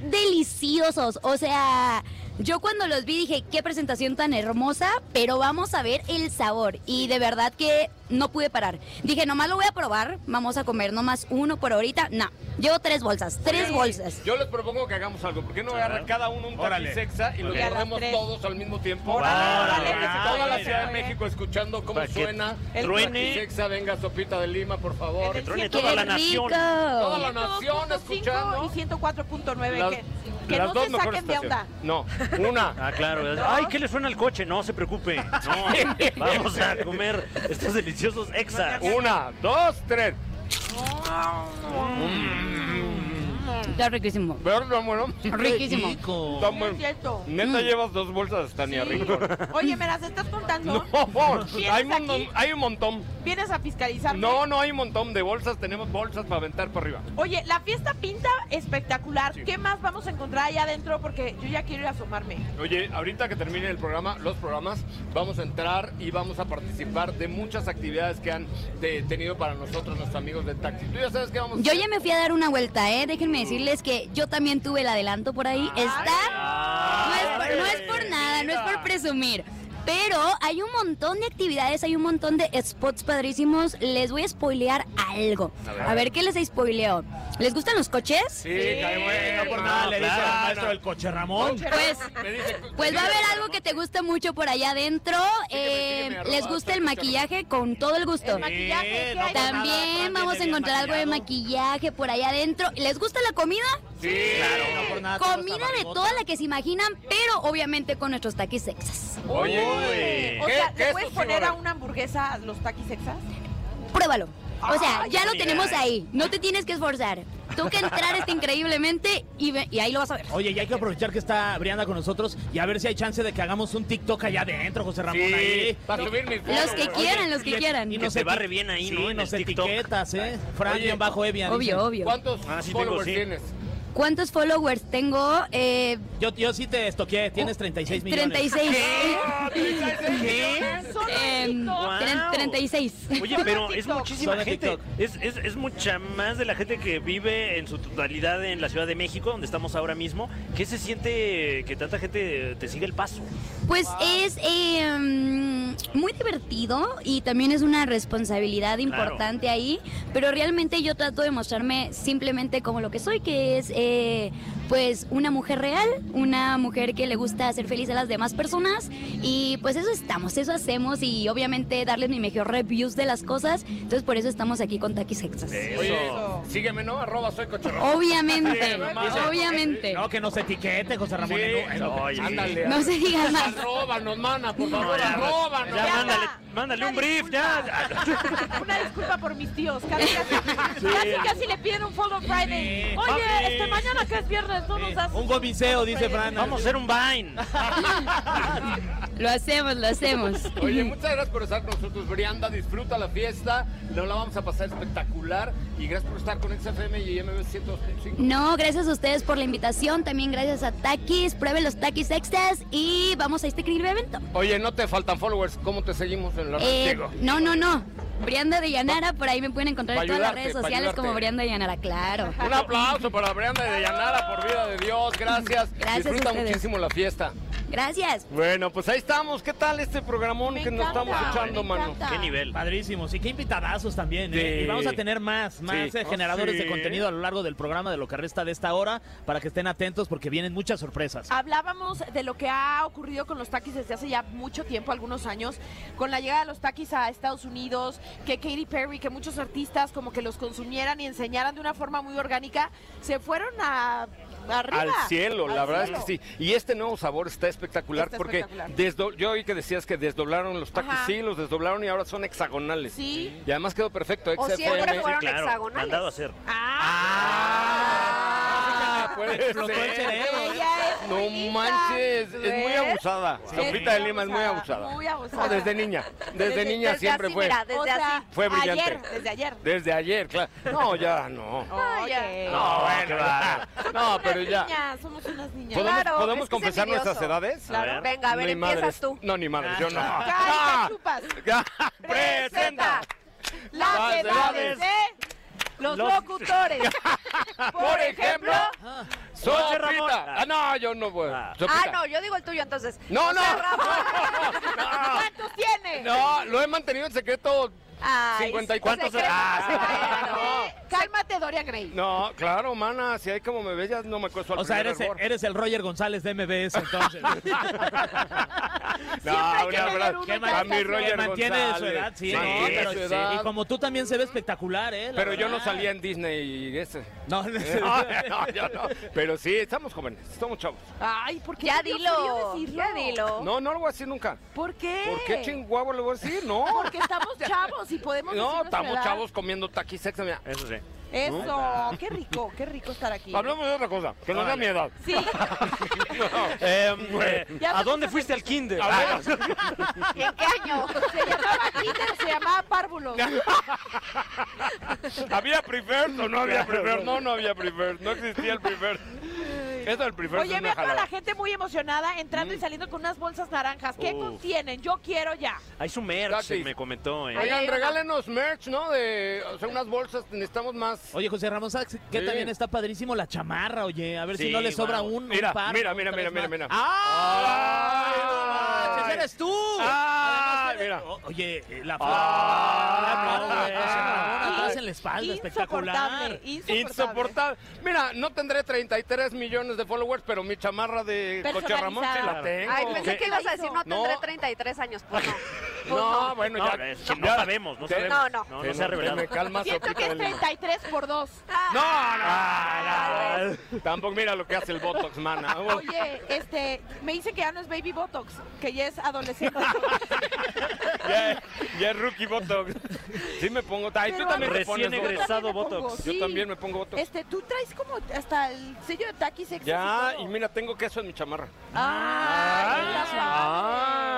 Speaker 8: deliciosos. O sea, yo cuando los vi dije, qué presentación tan hermosa, pero vamos a ver el sabor. Y de verdad que no pude parar. Dije, nomás lo voy a probar, vamos a comer nomás uno por ahorita. No, llevo tres bolsas, tres bolsas.
Speaker 6: Yo les propongo que hagamos algo. ¿Por qué no agarran cada uno un taxi sexa y los
Speaker 2: Y a las
Speaker 6: ponemos
Speaker 2: tres.
Speaker 6: todos al mismo tiempo?
Speaker 2: Órale,
Speaker 1: órale,
Speaker 6: Para que
Speaker 1: órale.
Speaker 6: Toda la Ciudad de
Speaker 2: Órale.
Speaker 6: México escuchando cómo
Speaker 1: Para que
Speaker 6: suena.
Speaker 2: El
Speaker 1: truene.
Speaker 6: Taxisexa, venga, Sopita de Lima, por favor.
Speaker 2: En el
Speaker 1: Truene
Speaker 2: Qué
Speaker 1: toda la
Speaker 8: rico!
Speaker 1: nación.
Speaker 6: Toda la nación
Speaker 2: 102.5
Speaker 6: escuchando.
Speaker 2: y 104.9
Speaker 6: Las-
Speaker 2: que, que
Speaker 6: las
Speaker 2: no
Speaker 6: dos
Speaker 2: se
Speaker 6: mejores
Speaker 2: saquen de onda.
Speaker 6: estaciones. No, una.
Speaker 1: Ah, claro. Ay, ¿qué le suena al coche? No se preocupe. No, vamos a comer estos deliciosos exas.
Speaker 6: Una, dos, tres.
Speaker 8: Está riquísimo.
Speaker 6: Pero no, bueno.
Speaker 8: Riquísimo.
Speaker 3: Rico.
Speaker 6: Está
Speaker 2: Sí, es
Speaker 6: bueno.
Speaker 2: cierto.
Speaker 6: Neta llevas dos bolsas, Tania
Speaker 2: Sí.
Speaker 6: Rincón.
Speaker 2: Oye, me las estás contando.
Speaker 6: No, por-
Speaker 2: ¿Vienes
Speaker 6: hay, un
Speaker 2: aquí?
Speaker 6: mon- hay un montón.
Speaker 2: Vienes a fiscalizar.
Speaker 6: No, no hay un montón de bolsas. Tenemos bolsas para aventar para arriba.
Speaker 2: Oye, la fiesta pinta espectacular.
Speaker 6: Sí.
Speaker 2: ¿Qué más vamos a encontrar allá adentro? Porque yo ya quiero ir a asomarme.
Speaker 6: Oye, ahorita que termine el programa, los programas, vamos a entrar y vamos a participar de muchas actividades que han eh, tenido para nosotros los amigos de Taxi. Tú ya sabes que vamos a
Speaker 8: Yo
Speaker 6: hacer?
Speaker 8: ya me fui a dar una vuelta, ¿eh? Déjenme decirles que yo también tuve el adelanto por ahí. Está. No es, por, no es por nada, no es por presumir. Pero hay un montón de actividades, hay un montón de spots padrísimos. Les voy a spoilear algo.
Speaker 6: A
Speaker 8: A
Speaker 6: ver.
Speaker 8: ver, qué les spoileo. ¿Les gustan los coches?
Speaker 6: Sí, cae bueno, por
Speaker 3: Ah,
Speaker 6: nada,
Speaker 3: le dice al maestro del coche Ramón.
Speaker 8: Pues, pues va a haber algo que te guste mucho por allá adentro. Eh,
Speaker 6: sígueme, arroba,
Speaker 8: ¿Les gusta el maquillaje? Con todo el gusto.
Speaker 2: maquillaje, ¿qué hay?
Speaker 8: También vamos a encontrar algo de maquillaje por allá adentro. ¿Les gusta la comida?
Speaker 6: Sí,
Speaker 3: Claro, no por
Speaker 1: Ah,
Speaker 3: nada. todos
Speaker 8: Comida de
Speaker 3: amargotas.
Speaker 8: toda la que se imaginan, pero obviamente con nuestros taquis sexas.
Speaker 6: Oye,
Speaker 2: O
Speaker 6: ¿qué-
Speaker 2: sea,
Speaker 6: qué
Speaker 2: ¿le
Speaker 6: es
Speaker 2: puedes
Speaker 6: tu
Speaker 2: poner
Speaker 6: figura?
Speaker 2: a una hamburguesa los taquis exas?
Speaker 8: Pruébalo. O sea, ya lo
Speaker 1: mira.
Speaker 8: tenemos ahí. No te tienes que esforzar. Tú que entrar está increíblemente y, ve- y ahí lo vas a ver.
Speaker 3: Oye, y hay que aprovechar que está Brianda con nosotros y a ver si hay chance de que hagamos un TikTok allá adentro, José Ramón.
Speaker 6: Sí,
Speaker 3: ahí.
Speaker 6: para subir mis
Speaker 8: Los que
Speaker 6: fotos.
Speaker 8: quieran, los que quieran.
Speaker 3: Y
Speaker 1: Que te
Speaker 3: eti-
Speaker 1: va re bien ahí,
Speaker 3: sí,
Speaker 1: ¿no? En
Speaker 3: nos
Speaker 1: el TikTok.
Speaker 3: etiquetas, ¿eh? Fran,
Speaker 6: Oye,
Speaker 3: guión bajo Evian. dicen.
Speaker 8: Obvio, obio.
Speaker 6: ¿Cuántos
Speaker 1: Ah, sí tengo,
Speaker 6: followers
Speaker 1: sí.
Speaker 6: tienes?
Speaker 8: ¿Cuántos followers tengo? Eh,
Speaker 3: Yo, yo sí te estoqué,
Speaker 8: Oh,
Speaker 3: tienes 36 millones.
Speaker 8: 36.
Speaker 1: ¿Qué?
Speaker 2: Solo
Speaker 8: Eh,
Speaker 2: en TikTok.
Speaker 8: tre- 36.
Speaker 1: Oye, pero es muchísima
Speaker 3: Solo
Speaker 1: gente.
Speaker 3: TikTok.
Speaker 1: Es, es, es mucha más de la gente que vive en su totalidad en la Ciudad de México, donde estamos ahora mismo. ¿Qué se siente que tanta gente te sigue el paso?
Speaker 8: Pues es eh, mm, muy divertido y también es una responsabilidad importante ahí, pero realmente yo trato de mostrarme simplemente como lo que soy, que es eh, pues una mujer real, una mujer que le gusta hacer feliz a las demás personas y pues eso estamos, eso hacemos y obviamente darles mi mejor reviews de las cosas, entonces por eso estamos aquí con Taquis Hexas.
Speaker 6: Oye, sígueme, ¿no? Arroba soy cocherro.
Speaker 8: Obviamente,
Speaker 6: Sí, mamá.
Speaker 8: obviamente.
Speaker 3: No, que nos etiquete, José Ramón.
Speaker 6: Sí,
Speaker 3: en- en lo que-
Speaker 1: Oye.
Speaker 6: ándale.
Speaker 8: No se digan más.
Speaker 6: Arróbanos, mana, por favor,
Speaker 1: ya,
Speaker 6: arróbanos.
Speaker 1: ya,
Speaker 2: Ya,
Speaker 1: mándale,
Speaker 2: ya.
Speaker 1: mándale un
Speaker 2: Una
Speaker 1: brief, ya.
Speaker 2: Una disculpa por mis tíos. Casi casi, casi, casi le piden un follow Friday.
Speaker 3: Sí.
Speaker 1: Papi.
Speaker 2: Oye, este mañana que es viernes, no nos das.
Speaker 3: Un gomiseo, dice Fran.
Speaker 1: Vamos a hacer un Vine.
Speaker 8: Lo hacemos, lo hacemos.
Speaker 6: Oye, muchas gracias por estar con nosotros, Brianda. Disfruta la fiesta. Nos la vamos a pasar espectacular. Y gracias por estar con XFM y MB 105.
Speaker 8: No, gracias a ustedes por la invitación. También gracias a Takis. Prueben los Takis extras y vamos a este increíble evento.
Speaker 6: Oye, no te faltan followers. ¿Cómo te seguimos en la
Speaker 8: Eh,
Speaker 6: red, Diego?
Speaker 8: no, no, no. Brianda de Llanara, por ahí me pueden encontrar
Speaker 6: Pa'
Speaker 8: en todas las
Speaker 6: ayudarte,
Speaker 8: redes
Speaker 6: pa'
Speaker 8: sociales
Speaker 6: ayudarte.
Speaker 8: como Brianda de Llanara, claro.
Speaker 6: Un aplauso para Brianda de Llanara, por vida de Dios. Gracias.
Speaker 8: Gracias a
Speaker 6: Disfruta
Speaker 8: ustedes.
Speaker 6: muchísimo la fiesta.
Speaker 8: Gracias.
Speaker 6: Bueno, pues ahí estamos. ¿Qué tal este programón
Speaker 2: Me
Speaker 6: que nos
Speaker 2: encanta,
Speaker 6: estamos echando,
Speaker 2: me
Speaker 6: mano?
Speaker 2: encanta.
Speaker 1: ¿Qué nivel?
Speaker 3: Padrísimos. Y qué invitadazos también, ¿eh?
Speaker 6: Sí.
Speaker 3: Y vamos a tener más, más
Speaker 6: Sí. Oh,
Speaker 3: eh, generadores
Speaker 6: Sí.
Speaker 3: de contenido a lo largo del programa de lo que resta de esta hora para que estén atentos porque vienen muchas sorpresas.
Speaker 2: Hablábamos de lo que ha ocurrido con los taquis desde hace ya mucho tiempo, algunos años, con la llegada de los taquis a Estados Unidos, que Katy Perry, que muchos artistas como que los consumieran y enseñaran de una forma muy orgánica, se fueron a arriba.
Speaker 6: Al cielo, la
Speaker 2: Al
Speaker 6: verdad es
Speaker 2: cielo.
Speaker 6: que sí. Y este nuevo sabor está espectacular
Speaker 2: Está
Speaker 6: porque
Speaker 2: espectacular.
Speaker 6: desdo- yo oí que decías que desdoblaron los taquis,
Speaker 2: Ajá.
Speaker 6: sí, los desdoblaron y ahora son hexagonales.
Speaker 2: Sí.
Speaker 6: Y además quedó perfecto,
Speaker 7: O
Speaker 6: XFM.
Speaker 7: siempre fueron
Speaker 1: Claro,
Speaker 7: hexagonales.
Speaker 1: mandado a hacer.
Speaker 6: Ah, puede
Speaker 3: Explotó el
Speaker 6: ser.
Speaker 3: cerebro.
Speaker 2: Ella es
Speaker 6: No
Speaker 2: muy lista,
Speaker 6: manches, es muy
Speaker 2: ¿ves?
Speaker 6: abusada. Sopita de Lima es muy abusada.
Speaker 2: Muy abusada.
Speaker 6: No, desde niña, desde,
Speaker 2: Desde-
Speaker 6: niña
Speaker 7: desde
Speaker 6: siempre
Speaker 7: así,
Speaker 6: fue.
Speaker 7: mira, desde
Speaker 2: O sea,
Speaker 7: así.
Speaker 6: Fue brillante.
Speaker 2: Ayer, desde ayer.
Speaker 6: Desde ayer, claro. No, ya no.
Speaker 2: Oye.
Speaker 6: No, bueno, ya. No, pero ya.
Speaker 2: Niñas, somos unas niñas.
Speaker 6: ¿Podemos,
Speaker 7: Claro,
Speaker 6: podemos
Speaker 7: es que es
Speaker 6: confesar nuestras
Speaker 7: envidioso.
Speaker 6: edades?
Speaker 1: Claro. ver. Ah.
Speaker 7: Venga, a ver,
Speaker 6: Ni madres.
Speaker 7: empiezas tú.
Speaker 6: No, ni madre, yo no.
Speaker 2: Cari, chupas.
Speaker 6: Ya,
Speaker 2: Presenta
Speaker 6: ¡Presenta!
Speaker 2: las edades de los
Speaker 1: Los-
Speaker 2: locutores. Por ejemplo,
Speaker 1: Jorge Ramón.
Speaker 6: ¡Sopita! Ah, no, yo no puedo.
Speaker 1: Ah.
Speaker 6: Sopita.
Speaker 7: Ah, no, yo digo el tuyo entonces.
Speaker 6: No, no.
Speaker 2: ¿cuántos tiene?
Speaker 6: No, lo he mantenido en secreto.
Speaker 7: Ay, Ah,
Speaker 6: 50 y cuántos-
Speaker 7: cuántos
Speaker 6: Ah,
Speaker 2: Cálmate, Doria Gray.
Speaker 6: No, claro, mana, si hay como me bellas, no me cuesto al
Speaker 3: O sea,
Speaker 6: primer
Speaker 3: eres, el-
Speaker 6: hervor.
Speaker 3: eres el Roger González de MBS, entonces.
Speaker 2: Siempre hay que tener uno
Speaker 3: Que
Speaker 2: que
Speaker 3: man-
Speaker 6: a mi
Speaker 2: mantiene-
Speaker 6: Roger
Speaker 3: que mantiene
Speaker 6: González.
Speaker 3: su edad, sí.
Speaker 6: Mantiene
Speaker 3: no, pero
Speaker 6: su
Speaker 3: sí.
Speaker 6: edad.
Speaker 3: Y como tú también se ve espectacular, ¿eh? La
Speaker 6: Pero yo no
Speaker 3: verdad.
Speaker 6: salía en Disney y ese.
Speaker 3: No, no
Speaker 6: Eh, No, no, yo no. Pero sí, estamos jóvenes, estamos chavos.
Speaker 2: Ay, ¿por qué?
Speaker 7: Ya
Speaker 2: me dio frío
Speaker 7: dilo,
Speaker 2: decirlo?
Speaker 7: ya dilo.
Speaker 6: No, no lo voy a decir nunca.
Speaker 2: ¿Por qué?
Speaker 6: ¿Por qué chinguavo le voy a decir? No.
Speaker 2: Porque estamos chavos y podemos decir
Speaker 6: No,
Speaker 2: nuestra
Speaker 6: estamos
Speaker 2: edad.
Speaker 6: chavos comiendo taquis sexo. Mira.
Speaker 1: Eso sí.
Speaker 2: Eso, qué rico, qué rico estar aquí.
Speaker 6: Hablemos de otra cosa, que no sea mi edad.
Speaker 2: Sí,
Speaker 1: Eh,
Speaker 3: Em,
Speaker 1: eh,
Speaker 2: Ya
Speaker 1: ¿A dónde fuiste al kinder?
Speaker 7: ¿En qué año?
Speaker 2: se llamaba Kinder, se llamaba Párvulo.
Speaker 3: Ah.
Speaker 6: ¿Había preferred o no había preferred? No, no había preferred. No existía el preferred. Eso del preferred
Speaker 2: Oye,
Speaker 6: es una
Speaker 2: veo a toda
Speaker 6: jalada.
Speaker 2: la gente muy emocionada entrando y
Speaker 6: Mm.
Speaker 2: saliendo con unas bolsas naranjas. ¿Qué
Speaker 1: Uf.
Speaker 2: contienen? Yo quiero ya.
Speaker 1: Hay su merch,
Speaker 6: Tatis.
Speaker 1: pues, me comentó. eh.
Speaker 6: Oigan, regálenos merch, ¿no? De, o sea, unas bolsas, necesitamos más.
Speaker 3: Oye, José Ramón, ¿sabes qué
Speaker 6: Sí.
Speaker 3: también está padrísimo la chamarra, oye? A ver
Speaker 1: Sí,
Speaker 3: si no le sobra
Speaker 1: guau.
Speaker 3: un, Ah, un
Speaker 6: Mira,
Speaker 3: par.
Speaker 6: mira,
Speaker 3: dos,
Speaker 6: mira,
Speaker 3: tres
Speaker 6: mira,
Speaker 3: más.
Speaker 6: mira, mira.
Speaker 3: ¡Ah!
Speaker 6: Ay,
Speaker 3: Ese eres tú!
Speaker 6: Ah,
Speaker 3: Además,
Speaker 6: mira.
Speaker 3: o- Oye, eh, la
Speaker 6: Ah,
Speaker 3: flor. Ah,
Speaker 6: ah,
Speaker 3: no, güey, estás en la espalda, espectacular.
Speaker 2: Insoportable, insoportable.
Speaker 6: Insoportable. Mira, no tendré 33 millones de followers, pero mi chamarra de Coche Ramón sí la
Speaker 2: Personalizada.
Speaker 6: tengo.
Speaker 7: Ay, pensé
Speaker 6: ¿Qué?
Speaker 7: que ibas a decir, no tendré
Speaker 6: No. Ah,
Speaker 7: 33 años. Pues no. Pues
Speaker 6: No, bueno,
Speaker 1: No,
Speaker 6: ya.
Speaker 1: es que no sabemos, no sabemos.
Speaker 7: No, no.
Speaker 1: No, no se ha revelado.
Speaker 6: Me calmas,
Speaker 2: Siento que
Speaker 6: sopita
Speaker 2: es
Speaker 6: de limón.
Speaker 2: 33 por 2.
Speaker 6: No, no, no. Ah, Tampoco mira lo que hace el Botox, mana.
Speaker 2: Oye, este, me dicen que ya no es baby botox, que ya es adolescente.
Speaker 6: Ya, ya es rookie Botox. Sí me pongo. Ay, tú
Speaker 2: Pero
Speaker 6: también te
Speaker 1: antes-
Speaker 6: pones
Speaker 1: Recién
Speaker 6: Botox.
Speaker 1: egresado.
Speaker 2: Yo también me
Speaker 1: Botox.
Speaker 2: pongo,
Speaker 6: Yo
Speaker 2: sí.
Speaker 6: también me pongo Botox.
Speaker 2: Este, tú traes como hasta el sello de taquis extra.
Speaker 6: Ya,
Speaker 2: todo.
Speaker 6: y mira, tengo queso en mi chamarra.
Speaker 2: Ay, la
Speaker 6: Ah.
Speaker 2: madre.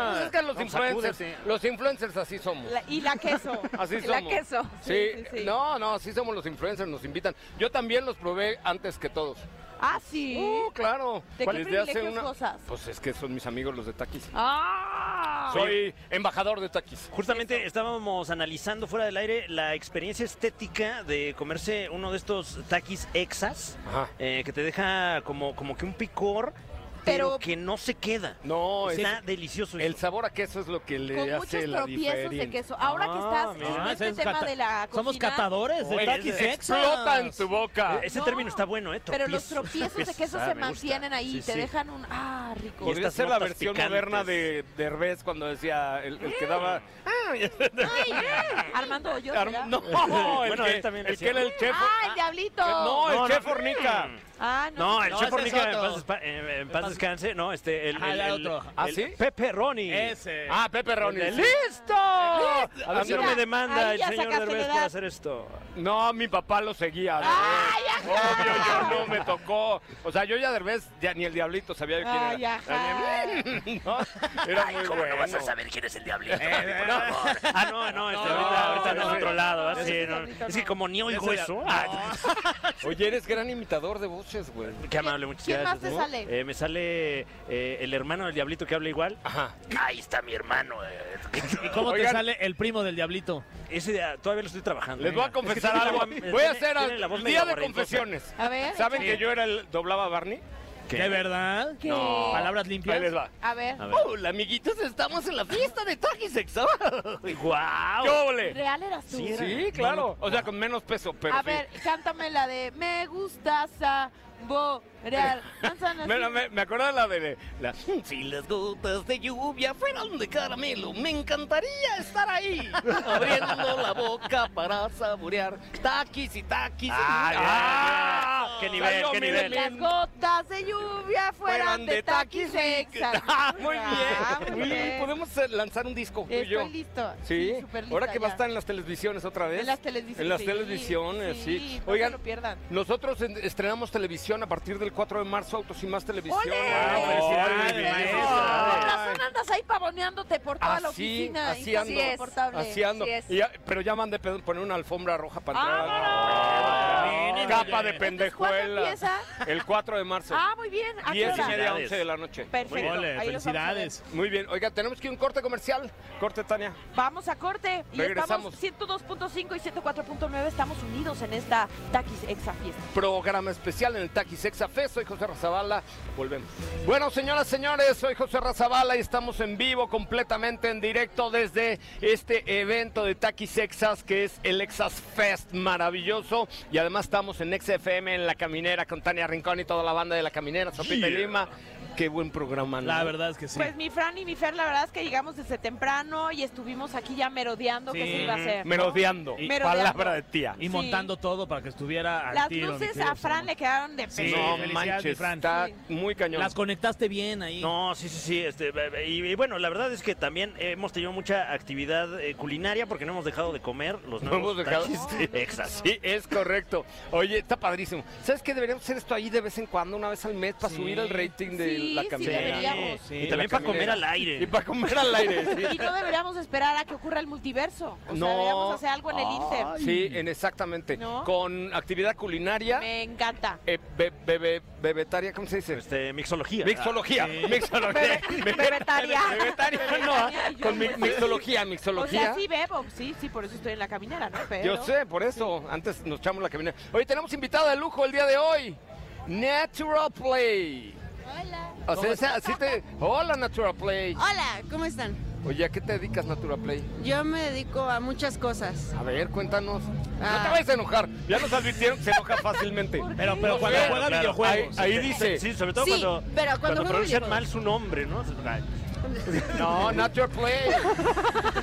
Speaker 6: Pues es que los
Speaker 3: No,
Speaker 6: influencers,
Speaker 3: sacúdese.
Speaker 6: los influencers así somos.
Speaker 2: La- y la queso.
Speaker 6: Así
Speaker 7: La
Speaker 6: somos.
Speaker 7: queso.
Speaker 6: Sí,
Speaker 2: Sí, sí, sí.
Speaker 6: no, no, así somos los influencers, nos invitan. Yo también los probé antes que todos.
Speaker 2: Ah, sí.
Speaker 6: Uh, claro.
Speaker 2: ¿De qué
Speaker 6: Desde hace
Speaker 2: privilegios gozas?
Speaker 6: Pues es que son mis amigos los de Taquis.
Speaker 2: Ah.
Speaker 6: Soy embajador de Taquis.
Speaker 1: Justamente estábamos analizando fuera del aire la experiencia estética de comerse uno de estos taquis exas
Speaker 6: Ajá.
Speaker 1: eh, que te deja como, como que un picor, pero,
Speaker 2: Pero-
Speaker 1: que no se queda.
Speaker 6: No, es
Speaker 1: Está delicioso.
Speaker 6: el
Speaker 1: eso.
Speaker 6: sabor a queso es lo que le
Speaker 2: Con
Speaker 6: hace
Speaker 2: muchos
Speaker 6: la
Speaker 2: tropiezos de
Speaker 6: diferencia.
Speaker 2: queso. Ahora
Speaker 6: Ah,
Speaker 2: que estás
Speaker 1: Ah, mira,
Speaker 2: en este tema de la cocina.
Speaker 3: Somos catadores de
Speaker 1: Oye,
Speaker 3: taquis
Speaker 1: es-
Speaker 3: extras.
Speaker 6: Explota en tu boca.
Speaker 1: Ese
Speaker 2: No,
Speaker 1: término está bueno, ¿eh?
Speaker 2: Pero los
Speaker 1: Tropiezos.
Speaker 2: tropiezos de queso
Speaker 1: Ah,
Speaker 2: se
Speaker 1: me gusta.
Speaker 2: mantienen ahí,
Speaker 1: Sí,
Speaker 2: te
Speaker 1: sí.
Speaker 2: dejan un... Ah, rico.
Speaker 1: Y
Speaker 6: Podría
Speaker 1: estas
Speaker 6: ser la
Speaker 1: notas
Speaker 6: versión
Speaker 1: picantes.
Speaker 6: moderna de de Derbez cuando decía el, el que daba.
Speaker 2: Armando Hoyos,
Speaker 6: Arm-
Speaker 2: ¿verdad?
Speaker 6: no, el,
Speaker 1: Bueno,
Speaker 6: que,
Speaker 1: él también
Speaker 6: el
Speaker 1: decía.
Speaker 6: que era el chef.
Speaker 2: Ah, el diablito.
Speaker 6: Eh, no, el
Speaker 1: No, Mm.
Speaker 6: chef
Speaker 1: no.
Speaker 6: Fornica.
Speaker 2: Ah, no.
Speaker 1: No, el
Speaker 3: No, ese
Speaker 1: chef
Speaker 3: es
Speaker 1: Fornica en
Speaker 3: otro.
Speaker 1: paz, despa- en- en paz descanse, no, este, el,
Speaker 3: Ajá,
Speaker 1: el-
Speaker 3: ya
Speaker 1: el-
Speaker 3: otro.
Speaker 6: ¿Ah,
Speaker 1: el
Speaker 6: sí?
Speaker 1: Pepe Ronnie.
Speaker 3: Ese.
Speaker 6: Ah, Pepe Ronnie.
Speaker 1: El de-
Speaker 6: ¡Listo!
Speaker 1: A mí
Speaker 2: Mira,
Speaker 1: no me demanda
Speaker 2: ahí
Speaker 1: el
Speaker 2: ya
Speaker 1: señor
Speaker 2: sacaste la
Speaker 1: Derbez
Speaker 2: edad.
Speaker 1: por hacer esto.
Speaker 6: No, mi papá lo seguía.
Speaker 2: Ay,
Speaker 6: Derbez.
Speaker 2: ajá.
Speaker 6: Obvio, yo no me tocó. O sea, yo ya Derbez, ya ni el diablito sabía de quién
Speaker 2: Ay,
Speaker 6: era.
Speaker 2: ajá.
Speaker 6: No, era muy bueno.
Speaker 9: quién es el diablito?
Speaker 1: Eh, Ah, no, no, este,
Speaker 6: No,
Speaker 1: ahorita, ahorita
Speaker 6: no,
Speaker 1: en
Speaker 6: no.
Speaker 1: otro lado. así,
Speaker 2: Ese
Speaker 1: no.
Speaker 2: diablito
Speaker 1: Es que
Speaker 2: no.
Speaker 1: como ni oigo
Speaker 3: Ese ya-
Speaker 1: eso.
Speaker 3: no.
Speaker 1: ah,
Speaker 6: Oye, eres gran imitador de voces, güey.
Speaker 1: qué amable, muchas
Speaker 2: quién
Speaker 1: gracias.
Speaker 2: más te
Speaker 1: ¿no?
Speaker 2: sale?
Speaker 1: Eh, me sale eh, el hermano del diablito que habla igual.
Speaker 6: Ajá.
Speaker 9: Ahí está mi hermano. eh.
Speaker 3: ¿Y cómo
Speaker 6: Oigan.
Speaker 3: te sale el primo del diablito?
Speaker 1: Ese ah, todavía lo estoy trabajando.
Speaker 6: Les voy a
Speaker 1: venga. Es que
Speaker 6: confesar
Speaker 1: tiene
Speaker 6: algo.
Speaker 1: la voz-
Speaker 6: Voy a
Speaker 1: tiene-
Speaker 6: hacer
Speaker 1: tiene la voz
Speaker 6: el
Speaker 1: medio
Speaker 6: día de
Speaker 1: aparentosa.
Speaker 6: confesiones.
Speaker 2: A ver,
Speaker 6: ¿Saben
Speaker 2: échale.
Speaker 6: que yo era el doblaba a Barney?
Speaker 1: ¿Qué?
Speaker 3: ¿De verdad?
Speaker 2: ¿Qué?
Speaker 6: No.
Speaker 3: ¿Palabras
Speaker 6: Ahí les
Speaker 3: limpias?
Speaker 6: va.
Speaker 2: A ver,
Speaker 1: A ver.
Speaker 6: Hola, amiguitos, estamos en la fiesta de Taquis Exo.
Speaker 1: ¡Guau!
Speaker 6: ¡Qué ole!
Speaker 2: ¿real eras tú?
Speaker 6: Sí, claro. O sea, con menos peso, pero
Speaker 2: A
Speaker 6: sí.
Speaker 2: ver, cántame la de Me gusta saborear. Manzanas
Speaker 6: Me,
Speaker 2: sin-
Speaker 6: me, me acuerdo de la de la- Si las gotas de lluvia fueran de caramelo, me encantaría estar ahí, abriendo la boca para saborear taquis y taquis.
Speaker 3: Ah,
Speaker 1: Ah, bien, bien. Qué nivel, qué nivel.
Speaker 2: Las gotas de lluvia fueran de taquis exas.
Speaker 6: Ah, muy
Speaker 2: Ah,
Speaker 6: bien.
Speaker 2: muy
Speaker 6: Uy,
Speaker 2: bien.
Speaker 6: Podemos eh, lanzar un disco. tú y yo.
Speaker 2: Estoy listo.
Speaker 6: Sí,
Speaker 2: súper lista
Speaker 6: ahora que va a
Speaker 2: ya.
Speaker 6: estar en las televisiones otra vez.
Speaker 2: En las televisiones.
Speaker 6: En las
Speaker 2: sí, pues
Speaker 6: televisiones, sí.
Speaker 2: no
Speaker 6: Oigan,
Speaker 2: se lo pierdan.
Speaker 6: nosotros en- estrenamos televisión a partir del 4 de marzo, Autos y Más Televisión. Ah,
Speaker 2: ¡Ole!
Speaker 6: Wow,
Speaker 3: ¡Felicidades,
Speaker 6: bien.
Speaker 3: maestro!
Speaker 6: Ay.
Speaker 2: Con razón andas ahí pavoneándote por toda
Speaker 6: Así,
Speaker 2: la oficina.
Speaker 6: así ando,
Speaker 7: es.
Speaker 2: insoportable.
Speaker 6: así ando.
Speaker 7: Así es.
Speaker 6: Y ya- pero ya van de pe- poner una alfombra roja para entrar.
Speaker 3: ¡Vámonos!
Speaker 6: Capa de
Speaker 3: Entonces, ¿cuándo
Speaker 6: pendejuela.
Speaker 2: empieza?
Speaker 6: El 4 de marzo.
Speaker 2: Ah, muy bien. ¿A qué
Speaker 6: 10 y
Speaker 2: hora?
Speaker 6: media,
Speaker 1: Felicidades.
Speaker 6: 11 de la noche.
Speaker 2: Perfecto.
Speaker 3: Ole,
Speaker 2: ahí los vamos a ver.
Speaker 3: felicidades.
Speaker 6: Muy bien, oiga, tenemos que ir a un corte comercial. Corte, Tania.
Speaker 2: Vamos a corte. Y
Speaker 6: Regresamos.
Speaker 2: estamos 102.5 y 104.9. Estamos unidos en esta Taquis Exa Fiesta.
Speaker 6: Programa especial en el Taquis Exa Fest. Soy José Razabala. Volvemos. Bueno, señoras, señores, soy José Razabala y estamos en vivo, completamente en directo desde este evento de Taquis Exas, que es el Exas Fest maravilloso. Y además estamos en XFM, en La Caminera, con Tania Rincón y toda la banda de La Caminera, Sopita y
Speaker 1: Yeah.
Speaker 6: Lima. Qué buen programa, ¿no?
Speaker 3: La verdad es que sí.
Speaker 2: Pues mi Fran y mi Fer, la verdad es que llegamos desde temprano y estuvimos aquí ya merodeando que
Speaker 3: Sí.
Speaker 2: se iba a hacer. ¿no?
Speaker 6: Merodeando.
Speaker 2: Y-
Speaker 6: Palabra de tía.
Speaker 3: Y montando todo para que estuviera al
Speaker 2: Las
Speaker 3: tiro, mi
Speaker 2: luces
Speaker 3: querido
Speaker 2: a Fran
Speaker 3: Samuel.
Speaker 2: le quedaron de
Speaker 3: Sí,
Speaker 2: pelo.
Speaker 6: no
Speaker 3: felicidades, mi
Speaker 6: manches,
Speaker 3: Fran.
Speaker 6: está
Speaker 2: Sí.
Speaker 6: muy cañón.
Speaker 3: Las conectaste bien ahí.
Speaker 1: No, sí, sí, sí. Este, be- be- y, y bueno, la verdad es que también hemos tenido mucha actividad eh, culinaria porque no hemos dejado de comer los
Speaker 6: No
Speaker 1: nuevos
Speaker 6: hemos dejado-
Speaker 1: taquis
Speaker 6: Sí.
Speaker 1: Texas.
Speaker 6: Sí, es correcto. Oye, está padrísimo. ¿Sabes qué? Deberíamos hacer esto ahí de vez en cuando, una vez al mes, para
Speaker 3: Sí.
Speaker 6: subir el rating de
Speaker 2: Sí,
Speaker 6: la
Speaker 2: sí,
Speaker 1: Sí,
Speaker 6: caminera.
Speaker 2: deberíamos.
Speaker 3: Sí,
Speaker 1: y
Speaker 3: la
Speaker 1: también
Speaker 6: caminera.
Speaker 1: para comer al
Speaker 6: Y
Speaker 1: aire.
Speaker 6: para comer al aire. sí.
Speaker 2: Y no deberíamos esperar a que ocurra el multiverso. O sea,
Speaker 6: No.
Speaker 2: deberíamos hacer algo en el Inter.
Speaker 6: Sí, en exactamente.
Speaker 2: ¿No?
Speaker 6: Con actividad culinaria,
Speaker 2: Me encanta.
Speaker 6: eh, be- bebe- bebetaria, ¿cómo se dice?
Speaker 1: Este, mixología.
Speaker 6: Mixología,
Speaker 3: sí.
Speaker 6: mixología.
Speaker 2: Bebe- bebetaria.
Speaker 6: Bebetaria,
Speaker 2: Bebetaria y
Speaker 6: no. ah,
Speaker 2: yo,
Speaker 6: Con mi-
Speaker 2: pues,
Speaker 6: mixología,
Speaker 2: O
Speaker 6: mixología.
Speaker 2: sea, sí bebo, sí, sí, por eso estoy en la caminera, ¿no? Pero...
Speaker 6: Yo sé, por eso. Antes nos echamos la caminera. Oye, tenemos invitada de lujo el día de hoy. Natural Play.
Speaker 10: Hola.
Speaker 6: O sea, esa- así te... Hola, Natural Play.
Speaker 10: Hola, ¿cómo están?
Speaker 6: Oye, ¿a qué te dedicas, Natural Play?
Speaker 10: Yo me dedico a muchas cosas.
Speaker 6: A ver, cuéntanos. No
Speaker 10: Ah.
Speaker 6: te vayas a enojar. Ya nos advirtieron que se enoja fácilmente.
Speaker 3: Pero, pero
Speaker 6: No
Speaker 3: cuando
Speaker 6: sé.
Speaker 3: juega
Speaker 6: Claro,
Speaker 3: videojuegos.
Speaker 6: Ahí, ahí dice.
Speaker 1: Sí, sobre todo
Speaker 10: Sí,
Speaker 1: cuando,
Speaker 10: pero cuando juego
Speaker 1: pronuncian
Speaker 10: videojuegos.
Speaker 1: mal su nombre, ¿no? Ay,
Speaker 6: No, Natural Play.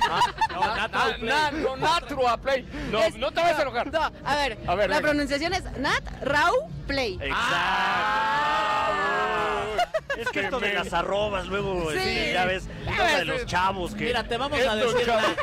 Speaker 1: Ah,
Speaker 3: No,
Speaker 6: Na-
Speaker 3: Natural
Speaker 6: na-
Speaker 3: Play.
Speaker 6: na- no, Natural Play. No,
Speaker 10: Es-
Speaker 6: no te vayas a enojar.
Speaker 10: No, a ver,
Speaker 6: A ver,
Speaker 10: la
Speaker 6: venga.
Speaker 10: pronunciación es Nat Rau Play.
Speaker 1: Exacto.
Speaker 6: Ah,
Speaker 1: es que esto de las arrobas luego,
Speaker 10: Sí.
Speaker 1: este, ya ves, cosa de los chavos que...
Speaker 3: Mira, te vamos a
Speaker 6: Estos
Speaker 3: decir.
Speaker 6: chavos.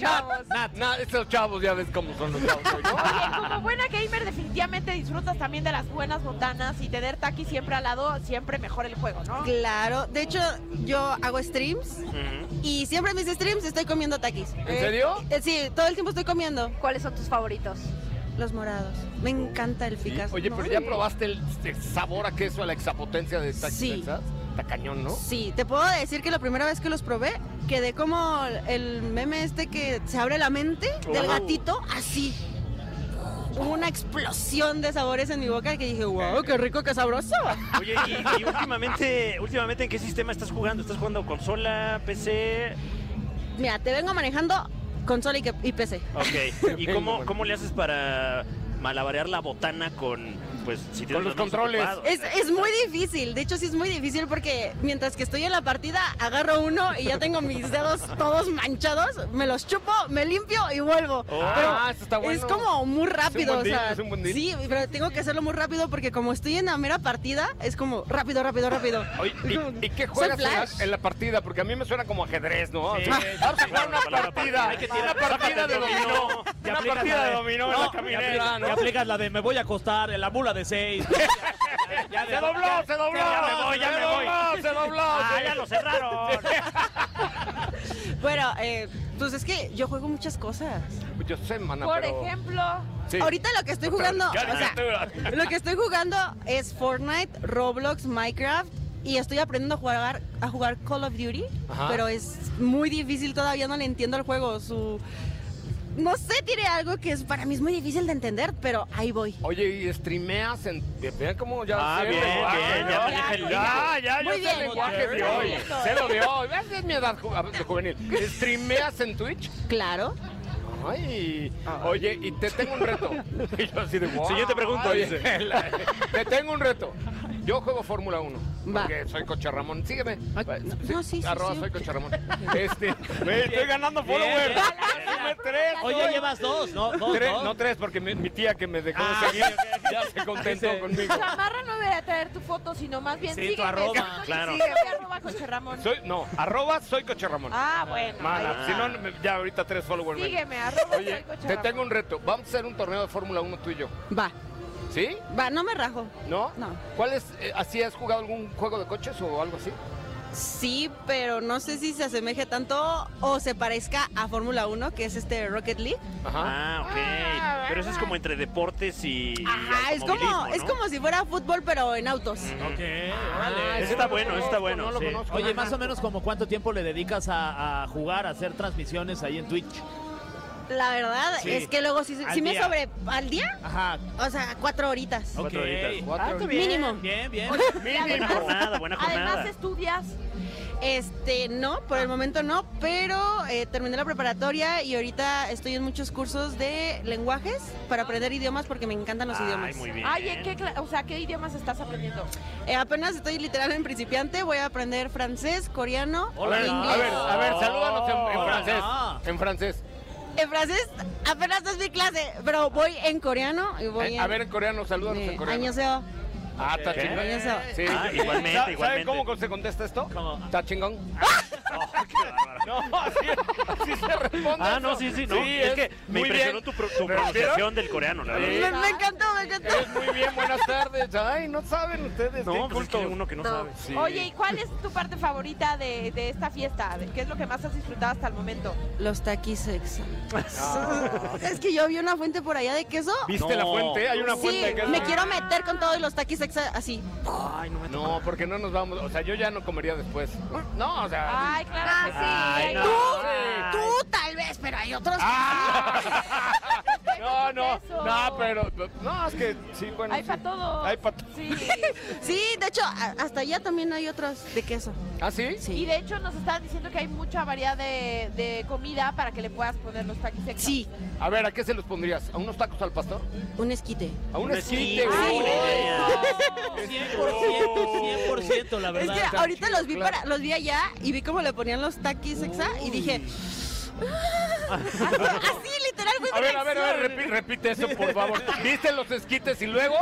Speaker 10: Chavos.
Speaker 6: Na- estos chavos ya ves cómo son los chavos. hoy, ¿no?
Speaker 5: Oye, como buena gamer definitivamente disfrutas también de las buenas botanas y tener taqui siempre al lado siempre mejor el juego, ¿no?
Speaker 10: Claro, de hecho yo hago streams
Speaker 1: Ujú.
Speaker 10: y siempre en mis streams estoy comiendo taquis.
Speaker 6: ¿En serio?
Speaker 10: Eh, sí, todo el tiempo estoy comiendo
Speaker 7: ¿Cuáles son tus favoritos?
Speaker 10: los morados. Me encanta el
Speaker 6: Sí.
Speaker 10: Picasso.
Speaker 6: Oye,
Speaker 10: ¿no?
Speaker 6: pero ya probaste el, el sabor a queso, a la exapotencia de esta
Speaker 10: Sí.
Speaker 6: Está cañón, ¿no?
Speaker 10: Sí, te puedo decir que la primera vez que los probé quedé como el meme este que se abre la mente del
Speaker 6: Oh.
Speaker 10: gatito así. Hubo una explosión de sabores en mi boca que dije, wow, qué rico, qué sabroso.
Speaker 1: Oye, y, y últimamente, últimamente, ¿en qué sistema estás jugando? ¿Estás jugando consola, PC?
Speaker 10: Mira, te vengo manejando consola y, que- y PC.
Speaker 1: Ok. ¿Y
Speaker 6: Vengo,
Speaker 1: cómo,
Speaker 6: bueno.
Speaker 1: cómo le haces para malabarear la botana con, pues, si tienes
Speaker 6: Con los
Speaker 1: manos
Speaker 6: controles.
Speaker 1: ocupadas?
Speaker 10: Es, es muy difícil, de hecho sí es muy difícil porque mientras que estoy en la partida agarro uno y ya tengo mis dedos todos manchados, me los chupo, me limpio y vuelvo.
Speaker 6: ah, eso está bueno.
Speaker 10: Es como muy rápido,
Speaker 6: buen
Speaker 10: o sea,
Speaker 6: deal, es un buen deal.
Speaker 10: sí, pero tengo que hacerlo muy rápido porque como estoy en la mera partida, es como rápido, rápido, rápido.
Speaker 6: Oye, ¿y, y qué juegas
Speaker 10: Soy
Speaker 6: en la,
Speaker 10: Flash.
Speaker 6: en la partida? Porque a mí me suena como ajedrez, ¿no?
Speaker 1: Sí,
Speaker 6: O sea,
Speaker 1: sí,
Speaker 6: vamos a
Speaker 1: sí, claro,
Speaker 6: jugar una
Speaker 1: la palabra
Speaker 6: partida.
Speaker 1: Hay que tirar,
Speaker 6: una partida
Speaker 1: sácate
Speaker 6: de
Speaker 1: el
Speaker 6: dominó.
Speaker 1: dominó, te
Speaker 6: Una
Speaker 1: aplicas
Speaker 6: partida
Speaker 1: la
Speaker 6: de
Speaker 1: de-
Speaker 6: dominó en
Speaker 1: No,
Speaker 6: la
Speaker 1: te
Speaker 6: caminera, ¿no?
Speaker 3: Y aplicas la de me voy a acostar en la mula de seis. Ya
Speaker 6: Se dobló, se dobló.
Speaker 1: Ya me voy, ya
Speaker 6: se
Speaker 1: me voy.
Speaker 6: dobló, Se dobló.
Speaker 1: Ah,
Speaker 6: se-
Speaker 1: ya lo cerraron.
Speaker 10: Bueno, eh, pues es que yo juego muchas cosas.
Speaker 6: Yo sé, mana,
Speaker 5: Por
Speaker 6: pero-
Speaker 5: ejemplo,
Speaker 6: Sí.
Speaker 10: Ahorita lo que estoy jugando, o sea,
Speaker 6: Caricaturas.
Speaker 10: lo que estoy jugando es Fortnite, Roblox, Minecraft y estoy aprendiendo a jugar a jugar Call of Duty,
Speaker 6: Ajá.
Speaker 10: pero es muy difícil todavía no le entiendo el juego, su no sé, tiene algo que es para mí es muy difícil de entender, pero ahí voy.
Speaker 6: Oye, y streameas en. Vean cómo ya.
Speaker 1: Ah,
Speaker 6: sé el
Speaker 1: bien,
Speaker 6: lenguaje,
Speaker 1: bien,
Speaker 6: ¿no?
Speaker 1: ya maneja el
Speaker 6: Ya, ya, yo
Speaker 10: Muy
Speaker 6: sé el
Speaker 10: bien.
Speaker 6: lenguaje de
Speaker 10: Muy
Speaker 6: hoy.
Speaker 10: bien.
Speaker 6: Sé lo de hoy. Esa es mi edad ju- a ver, juvenil. ¿Streameas en Twitch?
Speaker 10: Claro.
Speaker 6: Ay, oye, y te tengo un reto. Y yo así de wow.
Speaker 1: Siguiente pregunta,
Speaker 6: Oye,
Speaker 1: dice.
Speaker 6: la- te tengo un reto. Yo juego Fórmula 1.
Speaker 10: Va.
Speaker 6: Porque soy Coche Ramón. Sígueme.
Speaker 10: Ah,
Speaker 6: Va,
Speaker 10: no, no, sí, sí,
Speaker 6: Arroba
Speaker 10: sí.
Speaker 6: soy Coche Ramón. Este, güey, estoy ganando followers. Dime tres.
Speaker 3: Oye,
Speaker 6: güey.
Speaker 3: llevas dos, ¿no? Dos,
Speaker 6: Tres,
Speaker 3: dos.
Speaker 6: no tres, porque mi, mi tía que me dejó
Speaker 3: Ah,
Speaker 6: de seguir ya se contentó
Speaker 3: Sí.
Speaker 6: conmigo.
Speaker 5: Samarra no debería traer tu foto, sino más bien
Speaker 3: Sí, tu
Speaker 5: sígueme.
Speaker 3: arroba,
Speaker 5: Sígueme,
Speaker 1: claro.
Speaker 5: sígueme, arroba Coche Ramón.
Speaker 6: Soy, no, arroba soy Coche Ramón.
Speaker 5: Ah, bueno. ahí
Speaker 6: Mana,
Speaker 5: está.
Speaker 6: si no, me- ya ahorita tres followers. menos.
Speaker 5: Sígueme, arroba
Speaker 6: Oye,
Speaker 5: soy Coche
Speaker 6: te
Speaker 5: Ramón.
Speaker 6: tengo un reto. Vamos a hacer un torneo de Fórmula 1 tú y yo.
Speaker 10: Va.
Speaker 6: ¿Sí?
Speaker 10: Va, no me rajo.
Speaker 6: ¿No?
Speaker 10: No.
Speaker 6: ¿Cuál es, eh, así has jugado algún juego de coches o algo así?
Speaker 10: Sí, pero no sé si se asemeje tanto o se parezca a Fórmula 1, que es este Rocket League.
Speaker 6: Ajá.
Speaker 1: Ah,
Speaker 5: Ah,
Speaker 1: ok. Pero eso es como entre deportes y.
Speaker 10: Ajá, es como,
Speaker 1: automovilismo,
Speaker 10: es
Speaker 1: ¿no?
Speaker 10: como si fuera fútbol, pero en autos.
Speaker 3: Ok,
Speaker 6: Ah,
Speaker 3: órale.
Speaker 1: Ese está bueno, ese está bueno,
Speaker 6: No lo
Speaker 1: sí.
Speaker 6: conozco.
Speaker 3: Oye, más o menos como cuánto tiempo le dedicas a, a jugar, a hacer transmisiones ahí en Twitch.
Speaker 10: La verdad
Speaker 3: Sí.
Speaker 10: es que luego si,
Speaker 3: Al
Speaker 10: si me
Speaker 3: día.
Speaker 10: sobre al día,
Speaker 3: Ajá.
Speaker 10: o sea, cuatro horitas.
Speaker 3: Ok.
Speaker 1: Cuatro horitas.
Speaker 6: Cuatro
Speaker 3: Ah, está bien.
Speaker 10: Mínimo.
Speaker 3: Bien, bien.
Speaker 1: Buena jornada, buena jornada.
Speaker 5: Además estudias.
Speaker 10: Este, no, por el momento no, pero eh, terminé la preparatoria y ahorita estoy en muchos cursos de lenguajes para aprender idiomas porque me encantan los
Speaker 1: Ay,
Speaker 10: idiomas.
Speaker 1: muy bien.
Speaker 5: Ay, ¿en qué, cla- o sea, ¿qué idiomas estás aprendiendo?
Speaker 10: Eh, apenas estoy literal en principiante, voy a aprender francés, coreano,
Speaker 3: Hola,
Speaker 10: e
Speaker 6: A
Speaker 10: inglés.
Speaker 6: ver, a ver, salúdanos en, en
Speaker 3: Oh.
Speaker 6: francés.
Speaker 3: Ah.
Speaker 6: En francés.
Speaker 10: En francés apenas es mi clase, pero voy en coreano y voy
Speaker 6: Eh,
Speaker 10: en...
Speaker 6: a ver, en coreano, salúdanos en coreano.
Speaker 10: Añoseo.
Speaker 6: Ah, está
Speaker 1: Ok.
Speaker 6: chingón.
Speaker 10: Añoseo.
Speaker 6: Sí.
Speaker 1: Ah, igualmente,
Speaker 6: ¿Sabe-
Speaker 1: igualmente.
Speaker 6: ¿Saben cómo se contesta esto?
Speaker 3: ¿Cómo?
Speaker 6: ¿Está chingón?
Speaker 1: Oh, qué bárbaro.
Speaker 6: No, así, así se responde.
Speaker 1: Ah,
Speaker 6: eso.
Speaker 1: no, sí, sí, no. es, que me
Speaker 6: muy
Speaker 1: impresionó
Speaker 6: bien.
Speaker 1: tu, pro- tu
Speaker 6: ¿Pero
Speaker 1: pronunciación del coreano, la
Speaker 6: Sí.
Speaker 1: verdad.
Speaker 10: Me, me encantó, me encantó.
Speaker 6: Es muy bien, buenas tardes. Ay, no saben ustedes.
Speaker 1: No,
Speaker 6: bien
Speaker 1: pues es que hay
Speaker 6: cultos.
Speaker 1: uno que no, sabe.
Speaker 6: Sí.
Speaker 5: Oye, ¿y cuál es tu parte favorita de, de esta fiesta? ¿Qué es lo que más has disfrutado hasta el momento?
Speaker 10: Los taquis exa. Es que yo vi una fuente por allá de queso.
Speaker 6: ¿Viste
Speaker 1: No.
Speaker 6: la fuente? Hay una
Speaker 10: Sí,
Speaker 6: fuente que es-
Speaker 10: me quiero meter con todos los taquis exa así.
Speaker 1: Ay, no me
Speaker 6: No, porque no nos vamos. O sea, yo ya no comería después. No, o sea.
Speaker 5: Ay, claro que sí.
Speaker 1: Ay, no.
Speaker 10: Tú tal vez, pero hay otros. que
Speaker 6: Ah.
Speaker 10: sí.
Speaker 6: No, no,
Speaker 2: Eso.
Speaker 6: no, pero. No, es que sí, bueno.
Speaker 2: Hay
Speaker 6: sí.
Speaker 2: para todo.
Speaker 6: Hay pa' to-
Speaker 2: Sí.
Speaker 10: Sí, de hecho, a- hasta allá también hay otras de queso.
Speaker 6: ¿Ah, sí?
Speaker 2: Y de hecho nos estaban diciendo que hay mucha variedad de, de comida para que le puedas poner los taquis extra.
Speaker 10: Sí,
Speaker 6: A ver, ¿a qué se los pondrías? ¿A unos tacos al pastor?
Speaker 10: un esquite.
Speaker 6: ¿A un
Speaker 1: Un
Speaker 6: esquite?
Speaker 1: esquite,
Speaker 6: güey?
Speaker 1: buena idea.
Speaker 3: 100%, 100%, la
Speaker 10: Es
Speaker 3: verdad.
Speaker 10: que ahorita los vi
Speaker 6: claro.
Speaker 10: para, los vi allá y vi cómo le ponían los taquis exa y dije. "Ah". Así, literal, güey.
Speaker 6: A ver, a ver, a ver, repi- repite eso, por favor. ¿Viste los esquites y luego?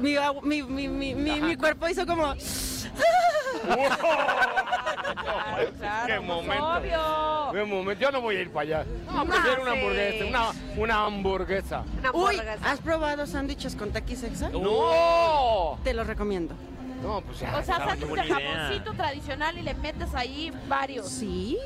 Speaker 10: Mi, agu- mi, mi, mi, mi, mi cuerpo hizo como.
Speaker 2: Claro, claro,
Speaker 6: ¡Qué
Speaker 2: pues,
Speaker 6: momento!
Speaker 2: obvio.
Speaker 6: ¡Qué momento! Yo no voy a ir para allá.
Speaker 2: No,
Speaker 6: Prefiero una
Speaker 2: hombre.
Speaker 6: hamburguesa, una, una hamburguesa.
Speaker 7: Una
Speaker 10: Uy,
Speaker 7: hamburguesa.
Speaker 10: ¿has probado sándwiches con taquis exa?
Speaker 6: ¡No!
Speaker 10: Te los recomiendo.
Speaker 6: No, pues ya.
Speaker 2: O sea,
Speaker 6: está
Speaker 2: haces
Speaker 6: bien.
Speaker 2: de jamoncito tradicional y le metes ahí varios.
Speaker 10: Sí.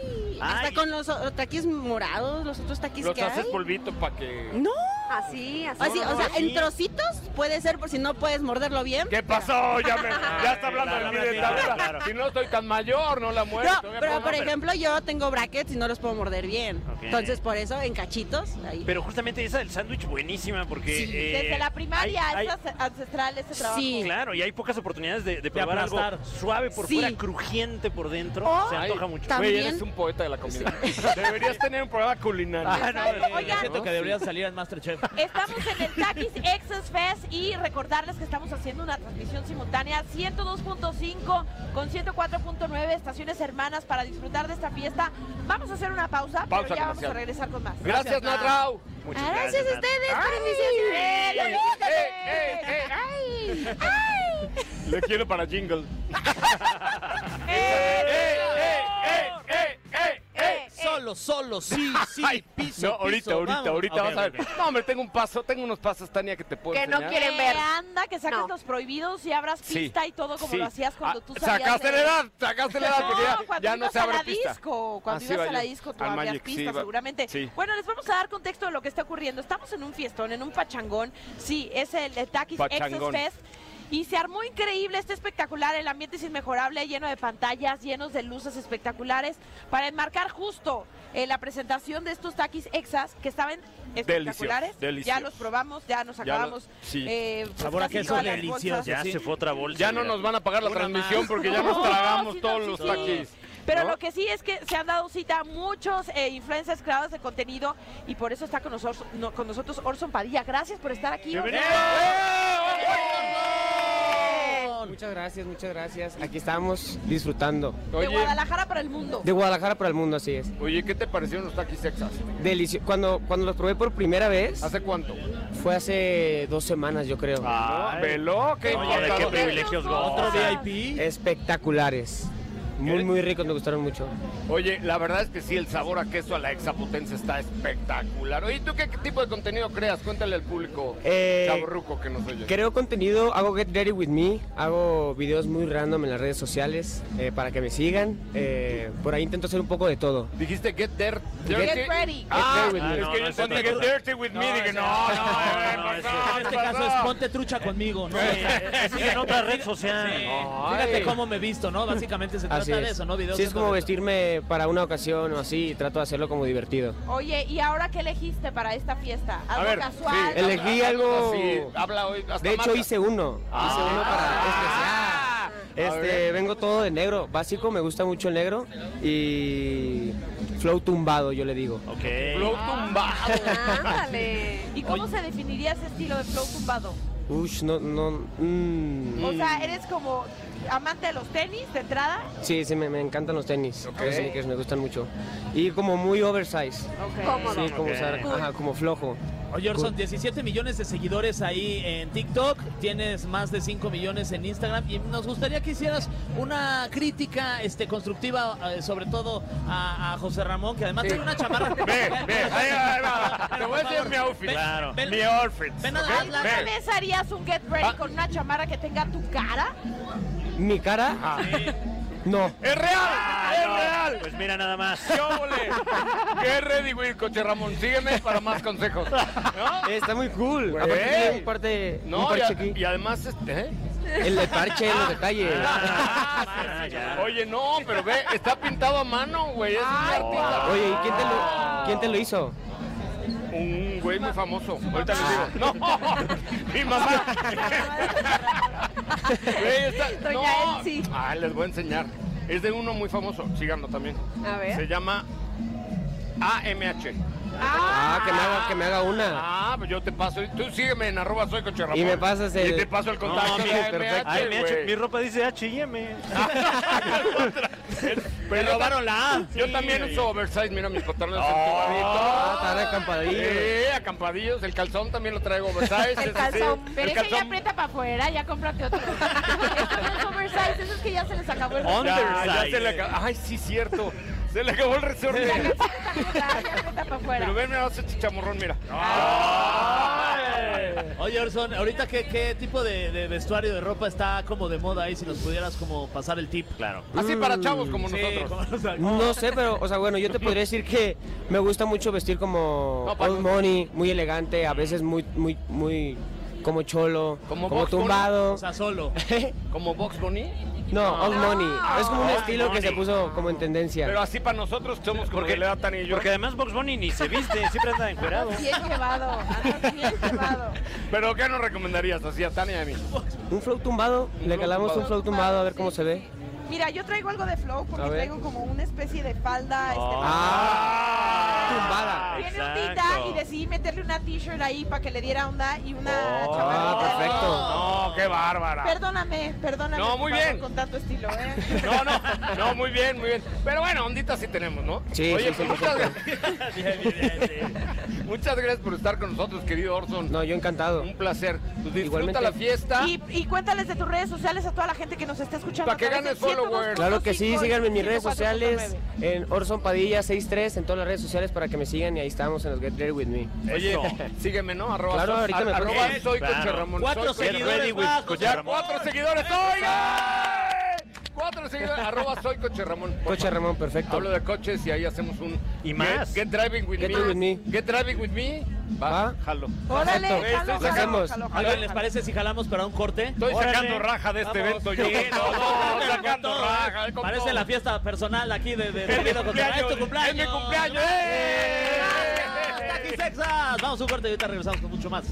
Speaker 1: Ay.
Speaker 10: Hasta con los o- taquis morados, los otros taquis
Speaker 6: Los
Speaker 10: que
Speaker 6: haces
Speaker 10: hay.
Speaker 6: polvito para que.
Speaker 10: No.
Speaker 7: Así, así.
Speaker 10: Así, o sea,
Speaker 6: así.
Speaker 10: en trocitos puede ser por si no puedes morderlo bien.
Speaker 6: ¿Qué pasó? Ya, me, ya está hablando de
Speaker 1: Ah, Claro,
Speaker 6: mi
Speaker 1: claro,
Speaker 6: dentadura.
Speaker 1: claro.
Speaker 6: Si no estoy tan mayor, no la muero.
Speaker 10: No,
Speaker 6: todavía
Speaker 10: pero
Speaker 6: puedo-
Speaker 10: por ejemplo yo tengo brackets y no los puedo morder bien.
Speaker 1: Ok.
Speaker 10: Entonces por eso en cachitos ahí.
Speaker 1: Pero justamente esa del sándwich buenísima porque... eh,
Speaker 2: Desde la primaria
Speaker 1: hay-
Speaker 2: es as- ancestral ese trabajo.
Speaker 10: Sí.
Speaker 1: Claro, y hay pocas oportunidades de, de probar algo
Speaker 3: aplastar.
Speaker 1: suave por
Speaker 10: Sí.
Speaker 1: fuera, crujiente por dentro.
Speaker 10: O-
Speaker 1: se antoja
Speaker 6: Ay,
Speaker 1: mucho.
Speaker 10: tam-
Speaker 6: Güey,
Speaker 10: también-
Speaker 6: eres un poeta de la comida. Deberías tener un programa culinario.
Speaker 3: Ah, no,
Speaker 2: Exacto,
Speaker 3: eh,
Speaker 2: oigan.
Speaker 3: siento que deberías salir en Masterchef.
Speaker 2: Estamos en el Takis Excess Fest y recordarles que estamos haciendo una transmisión simultánea 102.5 con 104.9 estaciones hermanas para disfrutar de esta fiesta. Vamos a hacer una pausa,
Speaker 6: Pausa
Speaker 2: pero ya vamos
Speaker 6: comercial.
Speaker 2: a regresar con más. Ah,
Speaker 6: Gracias, Natrao.
Speaker 1: Muchas
Speaker 10: Gracias a
Speaker 1: Nat.
Speaker 10: ustedes por
Speaker 6: ¡Eh,
Speaker 10: iniciar.
Speaker 6: eh, eh, eh, ay! Le quiero para jingle. ¡Eh, eh, eh, eh, eh, eh!
Speaker 3: Solo, solo, sí, sí,
Speaker 6: Ay,
Speaker 3: piso,
Speaker 6: no, ahorita,
Speaker 3: piso,
Speaker 6: ahorita,
Speaker 3: vamos.
Speaker 6: ahorita
Speaker 3: Ok,
Speaker 6: vas a
Speaker 3: ok.
Speaker 6: ver. No, hombre, tengo un paso, tengo unos pasos, Tania, que te puedo
Speaker 7: Que no
Speaker 6: enseñar.
Speaker 7: quieren ver.
Speaker 2: Eh, anda, que saques
Speaker 7: No.
Speaker 2: los prohibidos y abras
Speaker 6: Sí,
Speaker 2: pista y todo como
Speaker 6: sí.
Speaker 2: lo hacías cuando
Speaker 6: Ah,
Speaker 2: tú sabías.
Speaker 6: Sacaste la
Speaker 2: de-
Speaker 6: edad, sacaste la edad, porque
Speaker 2: No,
Speaker 6: ya,
Speaker 2: cuando
Speaker 6: ya no
Speaker 2: ibas
Speaker 6: se
Speaker 2: a
Speaker 6: abre
Speaker 2: la
Speaker 6: pista.
Speaker 2: disco, cuando
Speaker 6: Ah, sí,
Speaker 2: ibas a
Speaker 6: iba
Speaker 2: la
Speaker 6: yo.
Speaker 2: disco tú
Speaker 6: Al
Speaker 2: abrías
Speaker 6: Magic, sí,
Speaker 2: pista
Speaker 6: iba.
Speaker 2: seguramente.
Speaker 6: Sí.
Speaker 2: Bueno, les vamos a dar contexto de lo que está ocurriendo. Estamos en un fiestón, en un pachangón. Sí, es el eh, Takis Excess
Speaker 6: Pachangón.
Speaker 2: Fest. Y se armó increíble, está espectacular, el ambiente es inmejorable, lleno de pantallas, llenos de luces espectaculares, para enmarcar justo eh, la presentación de estos taquis exas que estaban espectaculares.
Speaker 6: Deliciosos, deliciosos.
Speaker 2: Ya los probamos, ya nos
Speaker 6: lo-
Speaker 2: acabamos.
Speaker 6: sí.
Speaker 2: eh, pues,
Speaker 3: Sabor a
Speaker 2: casi
Speaker 3: queso
Speaker 2: todas las
Speaker 3: delicioso.
Speaker 2: bolsas.
Speaker 1: Ya
Speaker 3: Sí.
Speaker 1: se fue otra bolsa.
Speaker 6: Ya no nos van a pagar la
Speaker 3: Una
Speaker 6: transmisión
Speaker 3: más.
Speaker 6: porque ya nos
Speaker 2: No,
Speaker 6: tragamos
Speaker 2: sí, no,
Speaker 6: todos
Speaker 2: sí,
Speaker 6: los
Speaker 2: sí.
Speaker 6: taquis.
Speaker 2: Pero
Speaker 6: ¿no?
Speaker 2: lo que sí es que se han dado cita a muchos eh, influencers creadores de contenido y por eso está con nosotros, no- con nosotros Orson Padilla. Gracias por estar aquí.
Speaker 1: ¡Bienvenido!
Speaker 6: ¡Eh!
Speaker 11: Muchas gracias, muchas gracias. Aquí estamos disfrutando.
Speaker 2: De
Speaker 6: Oye,
Speaker 2: Guadalajara para el mundo.
Speaker 11: De Guadalajara para el mundo, así es.
Speaker 6: oye, ¿qué te parecieron los taquis sexas?
Speaker 11: Delicio cuando, cuando los probé por primera vez,
Speaker 6: ¿Hace cuánto? Ah,
Speaker 11: fue hace dos semanas, yo creo.
Speaker 1: Ay.
Speaker 6: Velo, qué
Speaker 1: Oye, de qué
Speaker 6: importante.
Speaker 1: privilegios
Speaker 3: Otro
Speaker 1: gozas.
Speaker 3: VIP.
Speaker 11: Espectaculares. Muy, muy ricos, me gustaron mucho.
Speaker 6: Oye, la verdad es que sí, el sabor a queso a la exapotencia está espectacular. Oye, ¿tú qué, qué tipo de contenido creas? Cuéntale al público
Speaker 11: Eh,
Speaker 6: chaborruco que nos oye.
Speaker 11: Creo contenido, hago Get Ready With Me, hago videos muy random en las redes sociales eh, para que me sigan. Eh, por ahí intento hacer un poco de todo.
Speaker 6: Dijiste get dirt-
Speaker 11: Get
Speaker 6: dirty.
Speaker 2: ready. Get
Speaker 6: Ah,
Speaker 11: dirty with me.
Speaker 6: es que
Speaker 1: No,
Speaker 6: yo
Speaker 1: no, eso
Speaker 6: entendí
Speaker 1: no.
Speaker 6: get dirty with me.
Speaker 3: No,
Speaker 6: Dije,
Speaker 3: ese
Speaker 6: no,
Speaker 3: no.
Speaker 6: no, eh,
Speaker 1: No, no,
Speaker 6: pasó,
Speaker 1: ese-
Speaker 3: En este caso es
Speaker 6: pasó.
Speaker 3: ponte trucha conmigo, ¿no?
Speaker 1: Sí, en otra red social.
Speaker 3: Fíjate cómo me visto, ¿no? Básicamente se trata
Speaker 11: Así
Speaker 3: de
Speaker 11: es.
Speaker 3: eso, ¿no? Videos
Speaker 11: Sí, es
Speaker 3: en
Speaker 11: como
Speaker 3: donde-
Speaker 11: vestirme para una ocasión o así y trato de hacerlo como divertido.
Speaker 2: Oye, ¿y ahora qué elegiste para esta fiesta?
Speaker 6: A
Speaker 2: Algo
Speaker 6: ver,
Speaker 2: casual.
Speaker 6: sí.
Speaker 11: Elegí algo-
Speaker 6: Sí, habla hoy. hasta
Speaker 11: De hecho,
Speaker 6: Marta.
Speaker 11: hice uno. Hice uno este
Speaker 6: Ah.
Speaker 11: para
Speaker 6: A
Speaker 11: especial. Este,
Speaker 6: ver.
Speaker 11: vengo todo de negro, básico, me gusta mucho el negro. Y flow tumbado, yo le digo.
Speaker 1: Ok.
Speaker 6: Flow tumbado.
Speaker 7: Ándale.
Speaker 2: ¿Y cómo se definiría ese estilo de flow tumbado?
Speaker 11: Ush, no, no. mm.
Speaker 2: O sea, eres como amante de los tenis de entrada.
Speaker 11: Sí, sí, me, me encantan los tenis.
Speaker 6: Ok.
Speaker 11: Los sneakers me gustan mucho. Y como muy oversize.
Speaker 7: Cómodo.
Speaker 11: Sí, como,
Speaker 1: Ok.
Speaker 11: usar- ajá, como flojo.
Speaker 3: Oye, Orson, 17 millones de seguidores ahí en TikTok, tienes más de 5 millones en Instagram y nos gustaría que hicieras una crítica este, constructiva, eh, sobre todo a, a José Ramón, que además tiene una chamarra.
Speaker 6: Ve, ve, ahí va, ahí va. Te voy a enseñar mi outfit.
Speaker 1: Claro.
Speaker 3: Ven,
Speaker 6: Mi outfit.
Speaker 3: ven a
Speaker 6: ¿ok?
Speaker 3: darla.
Speaker 6: Ve.
Speaker 2: ¿Alguna vez harías un get ready con una chamarra que tenga tu cara?
Speaker 11: ¿Mi cara?
Speaker 6: Ah.
Speaker 11: No.
Speaker 6: ¡Es real!
Speaker 1: Ah,
Speaker 6: ¡Es
Speaker 1: no,
Speaker 6: real!
Speaker 1: Pues mira nada más.
Speaker 6: ¡Qué óvole! ¡Qué ready, güey, coche Ramón! Sígueme para más consejos. ¿No?
Speaker 11: Está muy cool.
Speaker 6: Güey.
Speaker 11: Aparte tiene un, parte, un
Speaker 6: No, y,
Speaker 11: parche
Speaker 6: a-
Speaker 11: aquí.
Speaker 6: y además, este, ¿eh?
Speaker 11: El de parche, los detalles.
Speaker 1: Ah, ya.
Speaker 6: Oye, no, pero ve, está pintado a mano, güey. Es un artista.
Speaker 11: Oye, ¿y quién te lo, quién te lo hizo?
Speaker 6: Un un güey muy famoso. Ahorita les digo. No, mi mamá. Güey, está- no. Ah, les voy a enseñar. Es de uno muy famoso. Síganlo también.
Speaker 7: A ver.
Speaker 6: Se llama AMH.
Speaker 11: Ah, que me haga, que me haga una.
Speaker 6: Ah, pues yo te paso. Tú sígueme en arroba soy Coche Ramón.
Speaker 11: Y me pasas el-
Speaker 6: Y te paso el
Speaker 1: No,
Speaker 6: contacto.
Speaker 1: mi,
Speaker 6: de AMH,
Speaker 1: perfecto. Ay, mi,
Speaker 6: güey.
Speaker 1: mi ropa dice H&M.
Speaker 6: Pero yo
Speaker 1: robaron la A.
Speaker 6: tam- Yo
Speaker 1: Sí,
Speaker 6: también
Speaker 1: oye.
Speaker 6: uso oversize, mira mis pantalones
Speaker 11: Ah,
Speaker 6: activaditos.
Speaker 11: están acampadillos.
Speaker 6: Sí, acampadillos. El calzón también lo traigo oversize. ese sí.
Speaker 5: Pero
Speaker 6: el
Speaker 5: ese ya
Speaker 6: calzón.
Speaker 5: aprieta para afuera, ya cómprate otro. Los oversize, esos que ya se les acabó el
Speaker 1: On-
Speaker 5: resorte.
Speaker 6: Ya, ya
Speaker 1: Underside.
Speaker 6: se le acabó. Ay, sí, cierto. Se le acabó el resorte.
Speaker 5: Ya, ya aprieta para afuera.
Speaker 6: Pero ven, mira, ese chichamorrón, mira.
Speaker 1: Ah.
Speaker 3: Oye, Orson, ahorita qué, qué tipo de, de vestuario de ropa está como de moda ahí, si nos pudieras como pasar el tip. Claro.
Speaker 6: Así para chavos Mm. como nosotros.
Speaker 11: No sé, pero, o sea, bueno, yo te podría decir que me gusta mucho vestir como
Speaker 6: No, pa-
Speaker 11: old money, muy elegante, a veces muy, muy, muy, como cholo,
Speaker 6: Como
Speaker 11: como,
Speaker 6: Bugs Bunny,
Speaker 11: tumbado.
Speaker 3: o sea, solo.
Speaker 6: Como Box Bunny.
Speaker 11: No, old money. Es como un
Speaker 1: Old
Speaker 11: estilo que se
Speaker 1: money.
Speaker 11: puso como en tendencia.
Speaker 6: Pero así para nosotros que somos como
Speaker 1: Porque-
Speaker 6: que le da tan y yo.
Speaker 1: Porque además Box Bunny ni se viste, siempre anda encuerado.
Speaker 5: Bien llevado, andas bien llevado.
Speaker 6: Pero ¿qué nos recomendarías así a Tania y a mí?
Speaker 11: Un flow tumbado, le
Speaker 6: flow
Speaker 11: calamos un
Speaker 6: tumbado.
Speaker 11: flow tumbado a ver cómo se ve.
Speaker 2: Mira, yo traigo algo de flow porque
Speaker 11: A ver.
Speaker 2: traigo como una especie de falda. este,
Speaker 6: Ah,
Speaker 11: Ah. Tumbada.
Speaker 2: Tiene ondita y decidí meterle una t-shirt ahí para que le diera onda y una
Speaker 6: Oh,
Speaker 2: chamarrita.
Speaker 11: Ah, perfecto.
Speaker 6: No, qué bárbara.
Speaker 2: Perdóname, perdóname.
Speaker 6: No, muy
Speaker 2: Pablo,
Speaker 6: bien.
Speaker 2: Con tanto estilo, ¿eh?
Speaker 6: No, no, no, muy bien, muy bien. Pero bueno, onditas sí tenemos, ¿no?
Speaker 11: Sí,
Speaker 6: Oye, pues
Speaker 11: sí, sí,
Speaker 6: muchas,
Speaker 11: perfecto.
Speaker 6: gra- muchas gracias por estar con nosotros, querido Orson.
Speaker 11: No, yo encantado.
Speaker 6: Un placer. Pues disfruta
Speaker 11: Igualmente.
Speaker 6: la fiesta.
Speaker 2: Y, y cuéntales de tus redes sociales a toda la gente que nos está escuchando.
Speaker 6: Pa' que
Speaker 2: a través
Speaker 6: ganes
Speaker 2: del 102.5
Speaker 6: followers.
Speaker 11: Claro que sí,
Speaker 2: y
Speaker 11: síganme en mis redes
Speaker 2: 104.9.
Speaker 11: sociales, en Orson Padilla 63, en todas las redes sociales para que me sigan y ahí estamos en los Get Ready With Me.
Speaker 6: Oye,
Speaker 1: Eso.
Speaker 6: sígueme, ¿no? Arroba,
Speaker 11: Claro,
Speaker 6: soy-
Speaker 11: ahorita me
Speaker 6: ar-
Speaker 11: pongo.
Speaker 6: arroba soy
Speaker 1: Claro.
Speaker 6: Coche Ramón.
Speaker 3: Cuatro
Speaker 6: Soy Coche
Speaker 3: seguidores
Speaker 6: Ramón.
Speaker 3: más, Coche
Speaker 6: Ya,
Speaker 1: Ramón.
Speaker 6: cuatro seguidores. ¡Oiga! Cuatro seguidores. Arroba soy Coche Ramón. por
Speaker 11: Coche
Speaker 6: favor.
Speaker 11: Ramón, perfecto.
Speaker 6: Hablo de coches y ahí hacemos un...
Speaker 1: Y más.
Speaker 6: Get, Get driving with
Speaker 11: Get
Speaker 6: me.
Speaker 11: Driving with Me.
Speaker 6: Get driving with me. Va,
Speaker 11: Va.
Speaker 6: jalo. Este,
Speaker 2: Órale,
Speaker 11: Perfecto.
Speaker 2: jalo,
Speaker 6: Lo
Speaker 2: jalo,
Speaker 11: hacemos.
Speaker 2: jalo, jalo.
Speaker 3: Oigan, ¿les parece si jalamos para un corte?
Speaker 6: Estoy
Speaker 1: Órale.
Speaker 6: sacando raja de este
Speaker 3: Vamos.
Speaker 6: evento. Yo
Speaker 3: Sí,
Speaker 6: no, no,
Speaker 3: con
Speaker 6: sacando
Speaker 3: todo,
Speaker 6: raja.
Speaker 3: ¿eh?
Speaker 6: con
Speaker 3: Parece
Speaker 6: todo.
Speaker 3: la fiesta personal aquí de, de, de
Speaker 6: Es mi
Speaker 3: Guido Contreras.
Speaker 6: cumpleaños.
Speaker 3: ¡Es tu cumpleaños!
Speaker 6: Es mi cumpleaños. ¡Eh!
Speaker 3: ¡Gracias! ¡Taquis Texas! Vamos a un corte y ahorita regresamos con mucho más.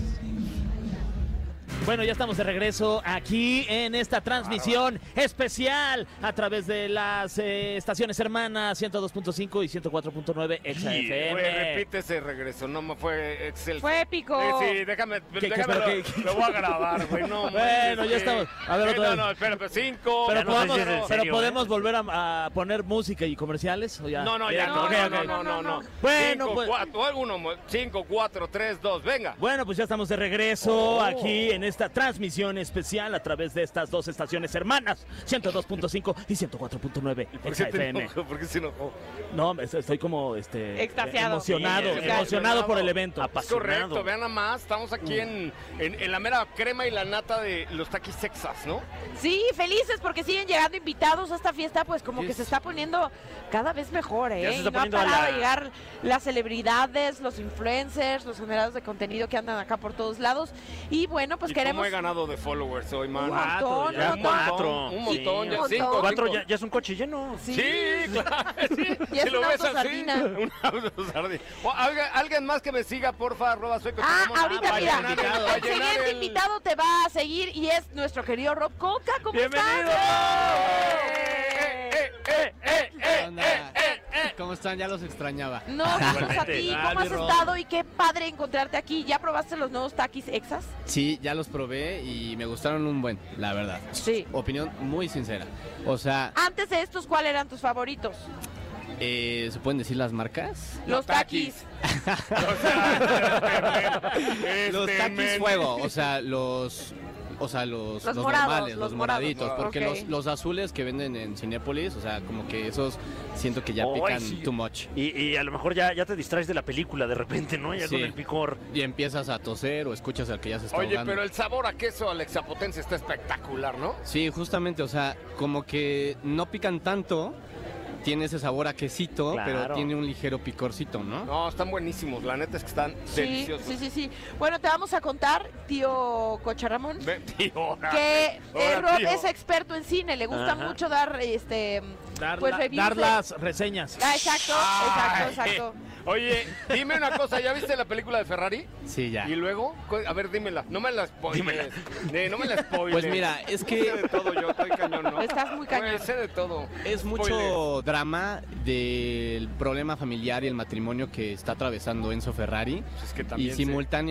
Speaker 3: Bueno, ya estamos de regreso aquí en esta transmisión especial a través de las eh, estaciones hermanas 102.5 y 104.9
Speaker 6: Sí, güey,
Speaker 3: XFM.
Speaker 6: repite ese regreso, Este no me fue Excel.
Speaker 2: Fue épico.
Speaker 6: sí, déjame,
Speaker 3: qué,
Speaker 6: déjame
Speaker 3: pero
Speaker 6: lo,
Speaker 3: qué, qué?
Speaker 6: lo voy a grabar, güey. No,
Speaker 3: Bueno,
Speaker 6: manches,
Speaker 3: ya
Speaker 6: sí.
Speaker 3: estamos. A ver,
Speaker 6: Sí,
Speaker 3: otra
Speaker 6: No,
Speaker 3: vez.
Speaker 6: no, espera, pero cinco.
Speaker 3: Pero
Speaker 1: Ya no sé
Speaker 3: podemos,
Speaker 1: si es en
Speaker 3: pero
Speaker 6: ¿eh?
Speaker 1: serio,
Speaker 3: podemos volver a, a poner música y comerciales o ya.
Speaker 6: No, no, ya,
Speaker 3: Ok,
Speaker 6: no, no,
Speaker 3: ok.
Speaker 6: no, no, no, no.
Speaker 3: Bueno,
Speaker 6: cinco,
Speaker 3: pues-
Speaker 6: cuatro, alguno, mo- cinco, cuatro, tres, dos, venga.
Speaker 3: Bueno, pues ya estamos de
Speaker 6: Oh.
Speaker 3: regreso aquí en esta transmisión especial a través de estas dos estaciones hermanas, 102.5 y 104.9
Speaker 6: ¿Por qué, te
Speaker 3: XFM.
Speaker 6: enojó? ¿Por qué se enojó?
Speaker 3: No, me- estoy como este
Speaker 2: Eh, Extasiado.
Speaker 3: emocionado,
Speaker 1: Sí,
Speaker 3: emocionado por el evento.
Speaker 6: Es correcto, vean nada más, estamos aquí en, en, en la mera crema y la nata de los taquis sexas, ¿no?
Speaker 2: Sí, felices porque siguen llegando invitados a esta fiesta, pues como que se está poniendo cada vez mejor, ¿eh?
Speaker 1: Ya se está
Speaker 2: y no ha
Speaker 1: poniendo a
Speaker 2: parado
Speaker 1: la-
Speaker 2: de llegar las celebridades, los influencers, los generadores de contenido que andan acá por todos lados. Y bueno, pues
Speaker 6: ¿Y cómo
Speaker 2: queremos.
Speaker 6: he ganado de followers hoy, man?
Speaker 2: Wow. montón,
Speaker 1: ya,
Speaker 2: un montón.
Speaker 1: cuatro.
Speaker 6: Un montón,
Speaker 1: Sí.
Speaker 6: ya
Speaker 7: Un
Speaker 6: cinco.
Speaker 7: montón.
Speaker 1: Cuatro
Speaker 6: cinco.
Speaker 1: ya, ya es un coche lleno.
Speaker 6: Sí, claro. Sí.
Speaker 2: Y es
Speaker 6: Si lo
Speaker 2: una
Speaker 6: ves así,
Speaker 2: autosardina.
Speaker 6: una autosardina. O alguien, alguien más que me siga, porfa, arroba soy Coche
Speaker 2: Ah,
Speaker 6: Ramón.
Speaker 2: ahorita
Speaker 6: para
Speaker 2: mira,
Speaker 6: llenar el- para llenar
Speaker 2: el siguiente
Speaker 6: el-
Speaker 2: invitado te va a seguir y es nuestro querido Rob Coca. ¿Cómo
Speaker 1: ¡Bienvenido!
Speaker 6: ¡Eh, eh, eh, eh, eh, eh, eh, eh!
Speaker 11: ¿Cómo están? Ya los extrañaba.
Speaker 2: No, gracias a
Speaker 1: Igualmente.
Speaker 2: ti.
Speaker 3: Ah,
Speaker 2: ¿Cómo
Speaker 3: mi
Speaker 2: has
Speaker 3: Rob.
Speaker 2: estado? Y qué padre encontrarte aquí. ¿Ya probaste los nuevos taquis exas?
Speaker 11: Sí, ya los probé y me gustaron un buen, la verdad.
Speaker 2: Sí.
Speaker 11: Opinión muy sincera. O sea,
Speaker 2: Antes de estos, ¿cuáles eran tus favoritos?
Speaker 11: eh, ¿se pueden decir las marcas?
Speaker 2: Los taquis.
Speaker 6: O sea, este
Speaker 11: los taquis
Speaker 6: men-
Speaker 11: fuego, o sea, los o sea, los,
Speaker 2: Los
Speaker 11: los
Speaker 2: morados,
Speaker 11: normales,
Speaker 2: los
Speaker 11: los,
Speaker 2: morados.
Speaker 11: moraditos,
Speaker 2: Ah,
Speaker 11: porque
Speaker 2: ok.
Speaker 11: los, los azules que venden en Cinépolis, o sea, como que esos siento que ya
Speaker 1: Ay,
Speaker 11: pican
Speaker 1: sí.
Speaker 11: too much.
Speaker 1: Y, y a lo mejor ya, ya te distraes de la película de repente, ¿no? Ya con
Speaker 11: Sí.
Speaker 1: el picor.
Speaker 11: Y empiezas a toser o escuchas al que ya se está
Speaker 6: Oye,
Speaker 11: ahogando.
Speaker 6: pero el sabor a queso Alexa Potencia está espectacular, ¿no?
Speaker 11: Sí, justamente, o sea, como que no pican tanto,
Speaker 12: tiene ese sabor a quesito,
Speaker 6: Claro.
Speaker 12: pero tiene un ligero picorcito, ¿no?
Speaker 6: No, están buenísimos. La neta es que están
Speaker 2: Sí,
Speaker 6: deliciosos.
Speaker 2: sí, sí, sí. Bueno, te vamos a contar, tío Cocharamón,
Speaker 6: Ve- tío, ahora,
Speaker 2: que
Speaker 6: ahora,
Speaker 2: eh, Rod
Speaker 6: Ah, tío.
Speaker 2: es experto en cine, le gusta
Speaker 3: Ajá.
Speaker 2: mucho dar este
Speaker 3: Dar,
Speaker 2: pues
Speaker 3: la-
Speaker 2: reviews
Speaker 3: dar
Speaker 2: de-
Speaker 3: las reseñas.
Speaker 2: Ah, exacto, exacto, exacto.
Speaker 6: Oye, dime una cosa, ¿ya viste la película de Ferrari?
Speaker 12: Sí, ya.
Speaker 6: Y luego, cu- a ver, dímela, no me la spoiles. Eh, no me la spoiles.
Speaker 12: Pues mira, es que-
Speaker 6: Sé de todo yo, estoy cañón, ¿no?
Speaker 2: Estás muy cañón.
Speaker 6: Güey, sé de todo.
Speaker 12: Es mucho drama del problema familiar y el matrimonio que está atravesando Enzo Ferrari y
Speaker 6: Pues también sé.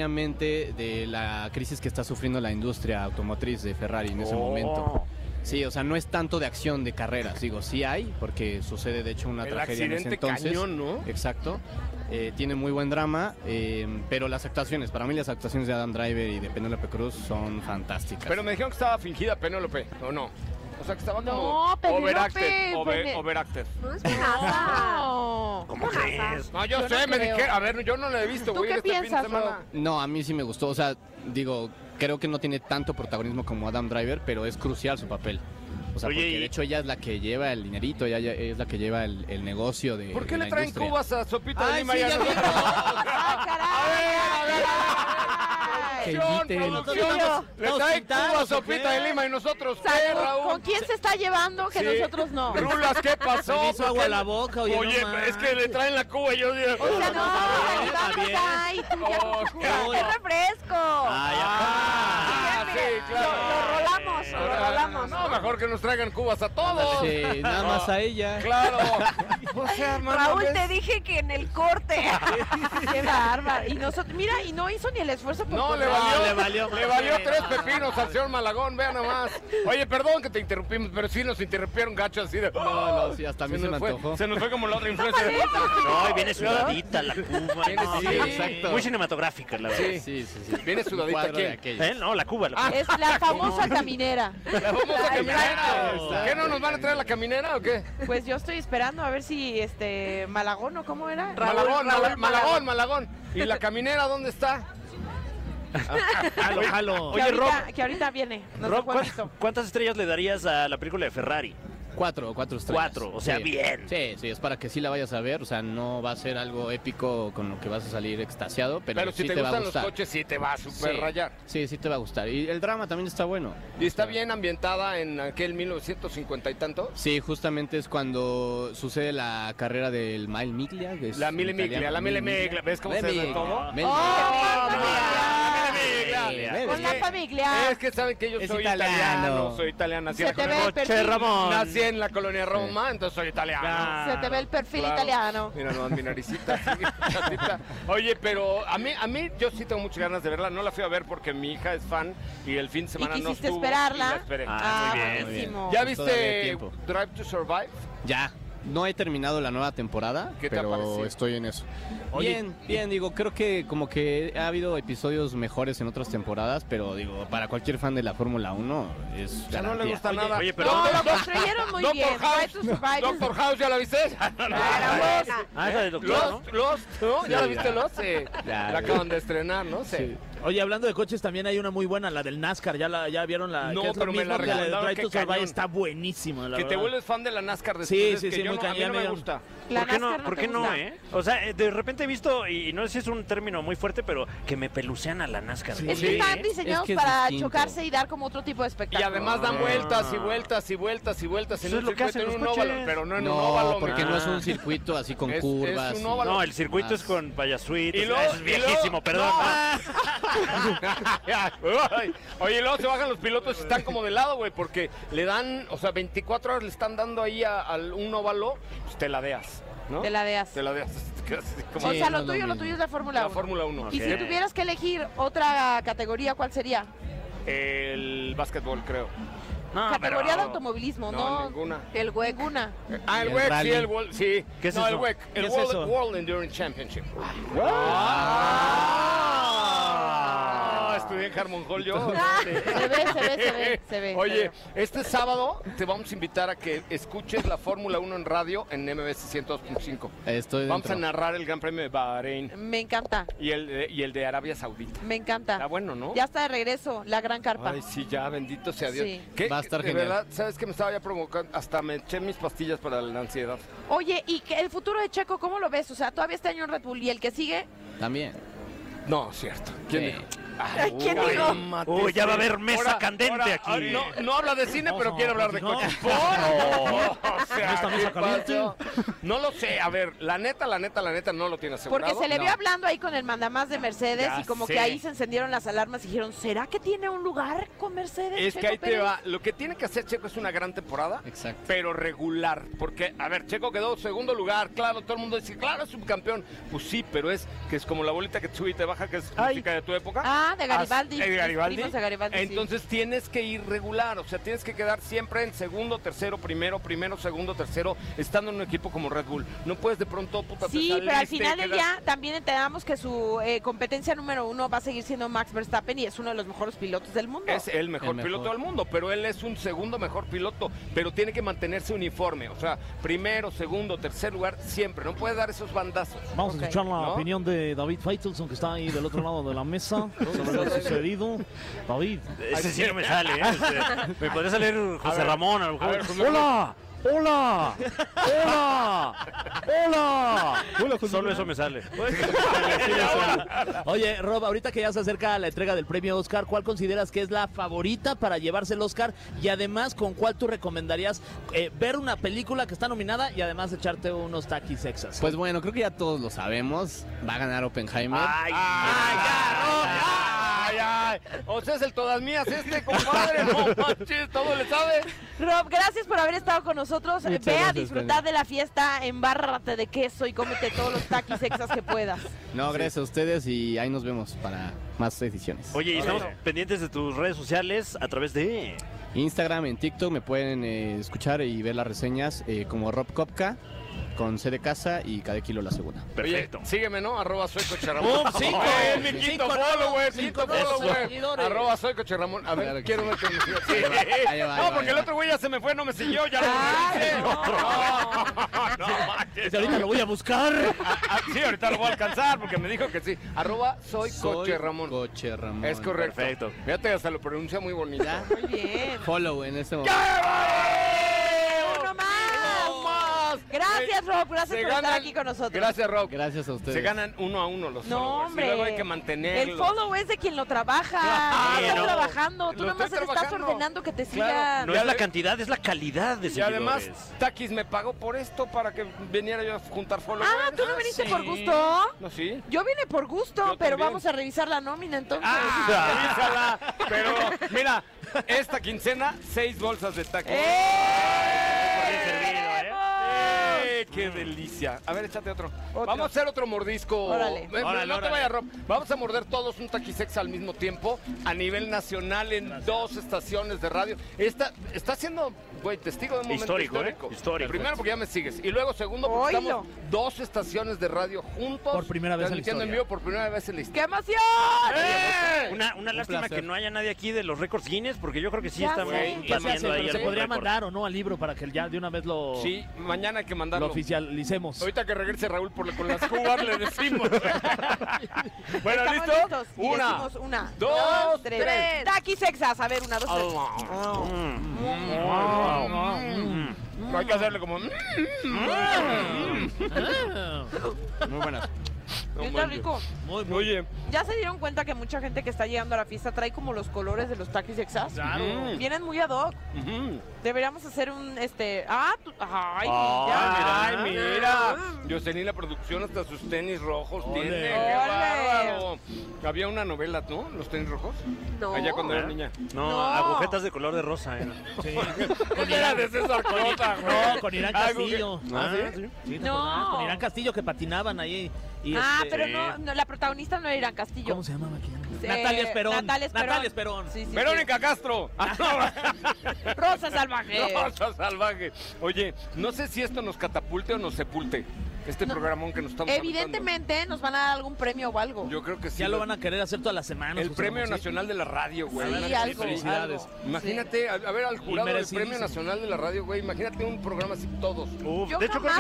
Speaker 12: simultáneamente de la crisis que está sufriendo la industria automotriz de Ferrari en ese
Speaker 6: Oh.
Speaker 12: momento. Sí, o sea, no es tanto de acción de carreras, digo, sí hay, porque sucede de hecho una
Speaker 6: El
Speaker 12: tragedia en ese
Speaker 6: accidente
Speaker 12: entonces.
Speaker 6: cañón, ¿no?
Speaker 12: Exacto. Eh, tiene muy buen drama, eh, pero las actuaciones, para mí las actuaciones de Adam Driver y de Penélope Cruz son fantásticas.
Speaker 6: Pero me dijeron que estaba fingida Penélope, ¿o no? O sea, que estaba como
Speaker 2: No, Penélope,
Speaker 6: overacted. over-
Speaker 2: Pene-
Speaker 6: overacted.
Speaker 7: No es nada.
Speaker 2: No.
Speaker 6: ¿Cómo crees? No, yo,
Speaker 2: Yo
Speaker 6: sé,
Speaker 2: no
Speaker 6: me
Speaker 2: creo.
Speaker 6: dijeron. A ver, yo no la he visto,
Speaker 2: ¿Tú
Speaker 6: güey.
Speaker 2: qué
Speaker 6: este fin de
Speaker 2: piensas,
Speaker 6: semana.
Speaker 2: Rob?
Speaker 12: No, a mí sí me gustó. O sea, digo, creo que no tiene tanto protagonismo como Adam Driver, pero es crucial su papel. O sea,
Speaker 1: Oye,
Speaker 12: porque
Speaker 1: y-
Speaker 12: de hecho ella es la que lleva el dinerito, ella, ella es la que lleva el, el negocio de.
Speaker 6: ¿Por qué
Speaker 12: de
Speaker 6: le
Speaker 12: la
Speaker 6: traen
Speaker 12: industria.
Speaker 6: cubas a Sopita de
Speaker 12: Ay,
Speaker 6: Lima
Speaker 12: sí,
Speaker 6: y a
Speaker 12: ya
Speaker 6: nosotros?
Speaker 2: ¡Ah, caray!
Speaker 12: Que
Speaker 6: Producción,
Speaker 12: inviten.
Speaker 6: producción,
Speaker 2: Tío.
Speaker 6: Le traen cubas a Sopita de Lima y nosotros, ¿qué,
Speaker 2: ¿Con,
Speaker 6: Raúl?
Speaker 2: con quién se está llevando que
Speaker 6: Sí.
Speaker 2: nosotros no?
Speaker 6: Rulas, ¿qué pasó?
Speaker 3: Se me hizo
Speaker 6: ¿Por
Speaker 3: agua
Speaker 6: qué?
Speaker 3: la boca, oye, no mames.
Speaker 6: es que le traen la cuba y yo digo...
Speaker 2: O sea, no,
Speaker 6: no,
Speaker 2: ahí vamos,
Speaker 3: bien.
Speaker 2: ay, tú ya
Speaker 6: Oh,
Speaker 2: con tu cuba.
Speaker 7: ¡Qué refresco!
Speaker 3: Ay,
Speaker 6: Ah,
Speaker 7: Mira,
Speaker 6: sí,
Speaker 7: mira,
Speaker 6: claro.
Speaker 7: Lo, lo rolamos, lo
Speaker 6: Ah,
Speaker 7: rolamos.
Speaker 6: No, mejor que nos traigan cubas a todos. Ah,
Speaker 12: Sí, nada más a ella.
Speaker 6: Claro. O sea, hermano,
Speaker 7: Raúl,
Speaker 6: ¿ves?
Speaker 7: te dije que en el corte.
Speaker 2: Qué bárbaro. Y nosotros, mira, y no hizo ni el esfuerzo por
Speaker 6: No, le
Speaker 2: comprar.
Speaker 6: valió,
Speaker 3: le valió,
Speaker 6: le valió tres pepinos al señor Malagón, vean nomás. Oye, perdón que te interrumpimos, pero sí nos interrumpieron gacho así de...
Speaker 12: No, no, sí, hasta a mí se, me
Speaker 6: nos fue,
Speaker 12: antojó.
Speaker 6: Se nos fue como la otra influencia. de-
Speaker 1: No, y viene sudadita la cuba.
Speaker 6: Viene-
Speaker 1: No,
Speaker 12: sí, exacto.
Speaker 1: Muy cinematográfica, la verdad.
Speaker 12: Sí, sí, sí. sí.
Speaker 6: Viene sudadita,
Speaker 12: Un cuadro de
Speaker 6: ¿quién?
Speaker 12: aquellos.
Speaker 1: ¿Eh? No, la cuba. la cuba.
Speaker 2: Es
Speaker 6: Ah,
Speaker 2: la famosa caminera.
Speaker 6: La famosa caminera.
Speaker 12: exacto.
Speaker 6: ¿Qué no nos van a traer la caminera o qué?
Speaker 2: Pues yo estoy esperando a ver si este Malagón o cómo era.
Speaker 6: Malagón, Mala- Malagón, Malagón. ¿Y la caminera dónde está?
Speaker 3: Jalo, jalo.
Speaker 2: Que,
Speaker 1: Oye,
Speaker 2: ahorita, que ahorita viene. Ah, No sé
Speaker 1: Rob,
Speaker 2: cuándo.
Speaker 1: ¿cuán- ¿cuántas estrellas le darías a la película de Ferrari?
Speaker 12: Cuatro, cuatro estrellas.
Speaker 1: Cuatro, o sea, bien.
Speaker 12: Sí, sí, es para que sí la vayas a ver. O sea, no va a ser algo épico con lo que vas a salir extasiado, pero,
Speaker 6: Pero, si
Speaker 12: sí
Speaker 6: te,
Speaker 12: te, va a
Speaker 6: gustan los
Speaker 12: gustar.
Speaker 6: coches, sí te va a super
Speaker 12: Sí.
Speaker 6: rayar.
Speaker 12: Sí, sí te va a gustar. Y el drama también está bueno.
Speaker 6: Y está bien ambientada en aquel 1950 y tanto.
Speaker 12: Sí, justamente es cuando sucede la carrera del Mile Miglia. que es
Speaker 6: La Mille
Speaker 12: italiano.
Speaker 6: Miglia, la Mille Miglia. ¿Ves cómo se
Speaker 12: Mille
Speaker 6: ve
Speaker 12: Miglia.
Speaker 6: todo?
Speaker 12: Mille
Speaker 2: ¡Oh,
Speaker 12: Miglia.
Speaker 6: Ah,
Speaker 1: Mille
Speaker 12: Mille
Speaker 1: Miglia.
Speaker 12: Miglia.
Speaker 2: Con la familia.
Speaker 6: Es que saben que yo
Speaker 12: Es
Speaker 6: soy italiano.
Speaker 12: italiano.
Speaker 6: soy italiana. Nací,
Speaker 2: Se
Speaker 6: en la
Speaker 2: te ve
Speaker 6: colonia-
Speaker 2: el perfil.
Speaker 6: Nací en la colonia Roma, entonces soy italiano.
Speaker 2: Se te ve el
Speaker 6: Ah,
Speaker 2: perfil
Speaker 6: Claro.
Speaker 2: italiano.
Speaker 6: Mira nomás mi naricita. así, chatita. Oye, pero a mí, a mí yo sí tengo muchas ganas de verla. No la fui a ver porque mi hija es fan y el fin de semana no
Speaker 2: quisiste
Speaker 6: estuvo.
Speaker 2: esperarla?
Speaker 6: y la esperé.
Speaker 2: Ah,
Speaker 1: Ah, muy bien.
Speaker 2: buenísimo.
Speaker 12: Todavía
Speaker 6: ¿Ya
Speaker 12: hay
Speaker 6: viste
Speaker 12: tiempo.
Speaker 6: Drive to Survive?
Speaker 12: Ya. No he terminado la nueva temporada,
Speaker 6: ¿Qué te ha parecido?
Speaker 12: pero estoy en eso.
Speaker 3: Oye,
Speaker 12: bien, bien, digo, creo que como que ha habido episodios mejores en otras temporadas, pero digo, para cualquier fan de la Fórmula 1 es
Speaker 6: Ya no le
Speaker 12: garantía.
Speaker 6: gusta nada.
Speaker 1: oye, pero-
Speaker 2: No,
Speaker 6: Doctor-
Speaker 2: lo construyeron muy
Speaker 6: Doctor
Speaker 2: bien. Try
Speaker 6: House.
Speaker 2: to survive.
Speaker 6: Doctor House, ¿ya la viste?
Speaker 7: Era buena.
Speaker 1: Ah, esa de doctor, ¿no?
Speaker 6: Lost, Lost, ¿no? ¿Ya
Speaker 12: Sí,
Speaker 6: la viste
Speaker 12: ya.
Speaker 6: Lost? Sí.
Speaker 12: Ya,
Speaker 6: la
Speaker 12: ya.
Speaker 6: acaban de estrenar, ¿no? Sí.
Speaker 12: Sí.
Speaker 3: Oye, hablando de coches, también hay una muy buena, la del NASCAR. Ya la ya vieron la.
Speaker 6: No,
Speaker 3: que es lo
Speaker 6: pero me
Speaker 3: mismo
Speaker 6: la
Speaker 3: que de
Speaker 6: recomendaron,
Speaker 3: Drive
Speaker 6: qué
Speaker 3: to Survive,
Speaker 6: cañón.
Speaker 3: Está buenísima, la
Speaker 6: Que te
Speaker 3: verdad.
Speaker 6: vuelves fan de la NASCAR después.
Speaker 3: Sí,
Speaker 6: es
Speaker 3: sí,
Speaker 6: que
Speaker 3: sí,
Speaker 6: yo
Speaker 3: muy
Speaker 6: no, a mí
Speaker 3: cañón,
Speaker 6: no me
Speaker 3: amigo.
Speaker 6: gusta.
Speaker 2: La
Speaker 1: ¿Por qué no?
Speaker 2: NASCAR
Speaker 1: ¿Por
Speaker 2: te
Speaker 1: qué no,
Speaker 2: gusta.
Speaker 1: eh? O sea, eh, de repente he visto, y no sé si es un término muy fuerte, pero que me pelucean a la NASCAR.
Speaker 2: Es
Speaker 6: Sí.
Speaker 2: que están diseñados
Speaker 12: Es que es
Speaker 2: para
Speaker 12: distinto.
Speaker 2: chocarse y dar como otro tipo
Speaker 6: Y
Speaker 2: de espectáculo.
Speaker 6: además
Speaker 1: Ah.
Speaker 6: dan vueltas y vueltas y vueltas y vueltas en
Speaker 1: Eso
Speaker 6: un
Speaker 1: es lo que
Speaker 6: circuito,
Speaker 1: hacen
Speaker 6: en un
Speaker 1: los
Speaker 6: óvalo,
Speaker 1: coches.
Speaker 6: pero no en un
Speaker 12: No,
Speaker 6: óvalo.
Speaker 12: porque
Speaker 6: mira.
Speaker 12: no es un circuito así con
Speaker 6: Es- es
Speaker 12: curvas.
Speaker 6: un
Speaker 12: y-
Speaker 6: óvalo.
Speaker 1: No, el circuito
Speaker 12: Ah,
Speaker 1: es con payasuitos.
Speaker 6: Y luego-
Speaker 1: eso es
Speaker 6: y
Speaker 1: viejísimo,
Speaker 6: luego-
Speaker 1: perdón.
Speaker 6: no.
Speaker 1: Ah,
Speaker 6: Ay, Oye, y luego se bajan los pilotos y están como de lado, güey, porque le dan, o sea, 24 horas le están dando ahí a, a un óvalo, pues te ladeas, ¿no?
Speaker 2: Te la deas.
Speaker 6: Te ladeas. te quedas así como
Speaker 2: O
Speaker 12: Sí,
Speaker 2: sea,
Speaker 12: no
Speaker 2: lo
Speaker 12: es lo
Speaker 2: tuyo, lo
Speaker 12: mismo.
Speaker 2: tuyo es la Fórmula
Speaker 6: la
Speaker 2: 1.
Speaker 6: Fórmula 1.
Speaker 2: Y si
Speaker 1: Ok.
Speaker 2: tuvieras que elegir otra categoría, ¿cuál sería?
Speaker 6: El básquetbol, creo.
Speaker 3: Ah,
Speaker 1: no,
Speaker 2: categoría
Speaker 1: pero-
Speaker 2: de automovilismo,
Speaker 6: No,
Speaker 2: ¿no?
Speaker 6: ninguna.
Speaker 2: El hueco. Ninguna.
Speaker 6: Ah, el
Speaker 12: El
Speaker 6: WEC, sí,
Speaker 12: rally.
Speaker 6: el World, sí.
Speaker 3: ¿Qué es
Speaker 6: no, el
Speaker 3: eso?
Speaker 6: WEC,
Speaker 3: ¿Qué
Speaker 6: el
Speaker 3: es
Speaker 6: World,
Speaker 3: eso? Ah.
Speaker 6: World Endurance Championship.
Speaker 12: Ah.
Speaker 6: Ah, estudié en Harmon Hall yo.
Speaker 2: Ah,
Speaker 10: Se ve, se ve, se ve, se ve, se
Speaker 6: Oye,
Speaker 10: ve.
Speaker 6: este sábado te vamos a invitar a que escuches la Fórmula 1 en radio en MBS 102.5.
Speaker 12: Estoy
Speaker 6: Vamos a
Speaker 12: dentro.
Speaker 6: narrar el Gran Premio de Bahrein
Speaker 2: Me encanta,
Speaker 6: y el, de- y el de Arabia Saudita.
Speaker 2: me encanta.
Speaker 6: Está bueno, ¿no?
Speaker 2: Ya está de regreso, la gran carpa.
Speaker 6: Ay, sí, ya, bendito sea Dios.
Speaker 2: Sí.
Speaker 6: ¿Qué?
Speaker 12: Va a estar
Speaker 6: de
Speaker 12: genial.
Speaker 6: verdad, ¿sabes qué me estaba ya provocando? Hasta me eché mis pastillas para la ansiedad.
Speaker 2: Oye, ¿y que el futuro de Checo cómo lo ves? O sea, todavía este año en Red Bull y el que sigue,
Speaker 12: También.
Speaker 6: No, cierto. ¿Quién dijo?
Speaker 2: Ay, ¿quién dijo?
Speaker 6: cálmate,
Speaker 1: Uy, ya va a
Speaker 6: sí.
Speaker 1: haber mesa
Speaker 6: Ahora-
Speaker 1: candente
Speaker 6: ahora-
Speaker 1: aquí.
Speaker 6: ah, No, no habla de cine, pero quiere hablar de
Speaker 13: no.
Speaker 6: coches. ¡Por! O sea,
Speaker 13: esta
Speaker 6: ¿qué
Speaker 13: mesa caliente.
Speaker 6: pasó? No lo sé. A ver, la neta, la neta, la neta no lo tiene asegurado.
Speaker 2: porque se le vio
Speaker 6: No.
Speaker 2: hablando ahí con el mandamás de Mercedes
Speaker 6: Ya
Speaker 2: y como
Speaker 6: sé.
Speaker 2: que ahí se encendieron las alarmas y dijeron, ¿será que tiene un lugar con Mercedes?
Speaker 6: Es que
Speaker 2: Checo
Speaker 6: ahí te
Speaker 2: Pérez?
Speaker 6: va. Lo que tiene que hacer Checo es una gran temporada,
Speaker 12: Exacto.
Speaker 6: pero regular. Porque, a ver, Checo quedó segundo lugar. Claro, todo el mundo dice, claro, es subcampeón. Pues sí, pero es que es como la bolita que te sube y te baja, que es música de tu época.
Speaker 2: Ah, de Garibaldi,
Speaker 6: As- eh,
Speaker 2: los
Speaker 6: Garibaldi.
Speaker 2: primos de Garibaldi, sí.
Speaker 6: Entonces tienes que ir regular. O sea, tienes que quedar siempre en segundo, tercero, primero, primero, segundo, tercero, estando en un equipo como Red Bull. No puedes de pronto, puta, pues, te
Speaker 2: Sí, pero al
Speaker 6: saliste,
Speaker 2: final del
Speaker 6: quedas-
Speaker 2: día también entendamos que su eh, competencia número uno va a seguir siendo Max Verstappen y es uno de los mejores pilotos del mundo.
Speaker 6: Es el mejor,
Speaker 12: El mejor.
Speaker 6: piloto del mundo, pero él es un segundo mejor piloto, pero tiene que mantenerse uniforme. O sea, primero, segundo, tercer lugar, siempre. No puede dar esos bandazos.
Speaker 13: Vamos
Speaker 2: Ok.
Speaker 13: a escuchar la
Speaker 6: ¿No?
Speaker 13: opinión de David Feitelson, que está ahí del otro lado de la mesa, sobre lo sucedido. David.
Speaker 1: Ese sí no me sale, ¿eh? Este, Me podría salir José
Speaker 6: ver,
Speaker 1: Ramón, a lo mejor.
Speaker 6: ver, José
Speaker 1: ¡Hola! ¡Hola! ¡Hola! ¡Hola! Solo eso me sale.
Speaker 3: Oye, Rob, ahorita que ya se acerca la entrega del premio Oscar, ¿cuál consideras que es la favorita para llevarse el Oscar? Y además, ¿con cuál tú recomendarías eh, ver una película que está nominada y además echarte unos taquis extras?
Speaker 12: Pues bueno, creo que ya todos lo sabemos. Va a ganar Oppenheimer.
Speaker 13: Ah,
Speaker 1: ¡Ay!
Speaker 6: ¡Ay, ya, no! ¡Ay, ay! O sea, es el todas mías este, compadre. No manches, todo le sabe.
Speaker 2: Rob, gracias por haber estado con nosotros.
Speaker 12: Muchas
Speaker 2: Ve a
Speaker 12: gracias,
Speaker 2: disfrutar
Speaker 12: Tania.
Speaker 2: de la fiesta, embárrate de queso y cómete todos los taquis extras que puedas.
Speaker 12: No, gracias a ustedes y ahí nos vemos para más ediciones.
Speaker 1: Oye, y estamos pendientes de tus redes sociales a través de...
Speaker 12: Instagram, en TikTok me pueden eh, escuchar y ver las reseñas eh, como Rob Kopka con C de casa y cada kilo la segunda.
Speaker 1: Perfecto.
Speaker 6: Oye, sígueme, ¿no? Arroba soy Coche Ramón.
Speaker 3: ¡Pum! ¡Cinco!
Speaker 6: Oye, mi quinto
Speaker 3: ¡Cinco
Speaker 6: follow, güey.
Speaker 3: cinco
Speaker 6: Quinto follow,
Speaker 3: nuevos
Speaker 6: güey.
Speaker 3: seguidores!
Speaker 6: Arroba soy Coche Ramón. A ver,
Speaker 12: Claro que
Speaker 6: quiero
Speaker 12: sí.
Speaker 6: ver que me siga.
Speaker 12: Ahí va, ahí va, ahí
Speaker 6: No,
Speaker 12: va,
Speaker 6: porque
Speaker 12: ahí
Speaker 6: el
Speaker 12: va.
Speaker 6: otro güey ya se me fue, no me siguió. Ya lo no, no manches.
Speaker 13: Desde ahorita lo voy a buscar.
Speaker 6: Ah, sí, ahorita lo voy a alcanzar porque me dijo que sí. Arroba soy,
Speaker 12: Soy
Speaker 6: Coche Ramón.
Speaker 12: Coche Ramón.
Speaker 6: es correcto.
Speaker 1: Perfecto.
Speaker 6: Fíjate, hasta lo pronuncia muy bonito.
Speaker 12: Ya.
Speaker 2: Muy bien.
Speaker 12: Follow en este momento.
Speaker 2: ¡Uno más!
Speaker 6: ¡Uno más!
Speaker 2: Gracias, Rob. Gracias
Speaker 6: Se
Speaker 2: por estar
Speaker 6: ganan-
Speaker 2: aquí con nosotros.
Speaker 6: Gracias, Rob.
Speaker 12: Gracias a ustedes.
Speaker 6: Se ganan uno a uno los
Speaker 2: No,
Speaker 6: followers, y
Speaker 2: hombre.
Speaker 6: luego hay que mantenerlo.
Speaker 2: El follow es de quien lo trabaja.
Speaker 6: Claro.
Speaker 2: Está trabajando. Tú
Speaker 6: Lo
Speaker 2: nomás
Speaker 6: estoy
Speaker 2: le estás
Speaker 6: trabajando.
Speaker 2: ordenando que te sigan.
Speaker 6: Claro.
Speaker 1: No
Speaker 6: Ya
Speaker 1: es la
Speaker 6: ve-
Speaker 1: cantidad, es la calidad de
Speaker 6: Y además,
Speaker 1: seguidores.
Speaker 6: Takis me pagó por esto para que viniera yo a juntar followers.
Speaker 2: Ah, ¿tú no viniste
Speaker 6: sí.
Speaker 2: por gusto?
Speaker 6: No, sí.
Speaker 2: Yo vine por gusto,
Speaker 6: Yo
Speaker 2: pero
Speaker 6: también.
Speaker 2: vamos a revisar la nómina entonces.
Speaker 6: ¡Ah! revísala. Pero, mira, esta quincena, seis bolsas de Takis.
Speaker 1: Bien servido, ¿eh?
Speaker 6: ¡Eh, ¡Qué delicia! A ver, échate otro. Vamos a hacer otro mordisco.
Speaker 2: Órale.
Speaker 6: Eh, no
Speaker 1: Órale,
Speaker 6: te
Speaker 1: órale.
Speaker 6: vayas, Rob. Vamos a morder todos un taquisex al mismo tiempo a nivel nacional en dos estaciones de radio. Esta está siendo, güey, testigo de un momento
Speaker 1: Histórico,
Speaker 6: histórico.
Speaker 1: ¿eh? Histórico.
Speaker 6: Primero porque ya me sigues. Y luego, segundo, porque
Speaker 2: Oílo.
Speaker 6: estamos dos estaciones de radio juntos.
Speaker 13: Por primera vez en la
Speaker 6: transmitiendo en
Speaker 13: historia.
Speaker 6: vivo por primera vez en la historia.
Speaker 2: ¡Qué emoción!
Speaker 6: ¡Eh!
Speaker 1: pues, Una, una lástima
Speaker 12: placer.
Speaker 1: que no hayan nadie aquí de los récords Guinness, porque yo creo que sí
Speaker 2: Ya
Speaker 1: están
Speaker 2: sé.
Speaker 13: ¿Qué se hace?
Speaker 1: batiendo ahí
Speaker 13: Pero se
Speaker 1: algún
Speaker 13: podría
Speaker 1: récord.
Speaker 13: mandar o no al libro para que ya de una vez lo,
Speaker 6: Sí, mañana hay que
Speaker 13: lo
Speaker 6: mandarlo.
Speaker 13: oficialicemos.
Speaker 6: Ahorita que regrese Raúl por la- con las cubas le decimos. bueno,
Speaker 2: Estamos
Speaker 6: ¿listo?
Speaker 2: listos. Y
Speaker 6: Una,
Speaker 2: decimos una,
Speaker 6: dos, Ah.
Speaker 2: tres.
Speaker 7: tres.
Speaker 2: Taquis exas. A ver, una, dos, tres.
Speaker 6: No Hay que hacerle como. mm, mm, mm.
Speaker 12: Muy buenas.
Speaker 6: No
Speaker 2: Está
Speaker 6: manches.
Speaker 2: rico.
Speaker 6: Oye,
Speaker 2: ¿Ya se dieron cuenta que mucha gente que está llegando a la fiesta trae como los colores de los taquis exas?
Speaker 6: mm,
Speaker 2: Vienen muy ad hoc.
Speaker 6: ujú.
Speaker 2: Deberíamos hacer un, este... Ah, tú- Ay,
Speaker 6: Ah, ay,
Speaker 1: Ah.
Speaker 2: mira.
Speaker 6: mira. Jocelyn, la producción hasta sus tenis rojos tiene. ¡Qué
Speaker 2: Ole.
Speaker 6: bárbaro! Había una novela, ¿no? Los tenis rojos.
Speaker 7: No.
Speaker 6: Allá cuando era
Speaker 1: ¿Eh?
Speaker 6: niña.
Speaker 1: No,
Speaker 2: No.
Speaker 1: agujetas de color de rosa, ¿eh?
Speaker 6: Era de César Cota, güey.
Speaker 13: No, con Irán
Speaker 6: Algo que-
Speaker 13: Castillo.
Speaker 6: ¿Ah, sí?
Speaker 13: Sí, ¿te
Speaker 2: No.
Speaker 13: acordás? Con Irán Castillo que patinaban ahí. y
Speaker 2: Ah,
Speaker 13: este-
Speaker 2: pero no, no, la protagonista no era Irán Castillo.
Speaker 13: ¿Cómo se llamaba quién?
Speaker 2: Eh,
Speaker 13: Natalia Esperón.
Speaker 2: Natalia Esperón.
Speaker 13: Natalia Esperón.
Speaker 2: Sí, sí, sí.
Speaker 6: Verónica Castro. Ah,
Speaker 2: Rosa Salvaje. Eh.
Speaker 6: Rosa salvaje. Oye, no sé si esto nos catapulte o nos sepulte. este
Speaker 2: No.
Speaker 6: programón que nos estamos
Speaker 2: Evidentemente nos van a dar algún premio o algo.
Speaker 6: aventando. Yo creo que sí.
Speaker 14: Ya lo van a querer hacer todas las semanas.
Speaker 6: El
Speaker 14: José
Speaker 6: Premio
Speaker 14: Ramón, ¿sí?
Speaker 6: Nacional de la Radio, güey.
Speaker 2: Sí,
Speaker 6: Una cosa
Speaker 2: algo,
Speaker 6: así.
Speaker 2: Felicidades.
Speaker 6: Imagínate, a, a ver, al jurado del
Speaker 14: merecidísimo.
Speaker 6: Premio Nacional de la Radio, güey. Imagínate un programa así todos.
Speaker 2: Yo jamás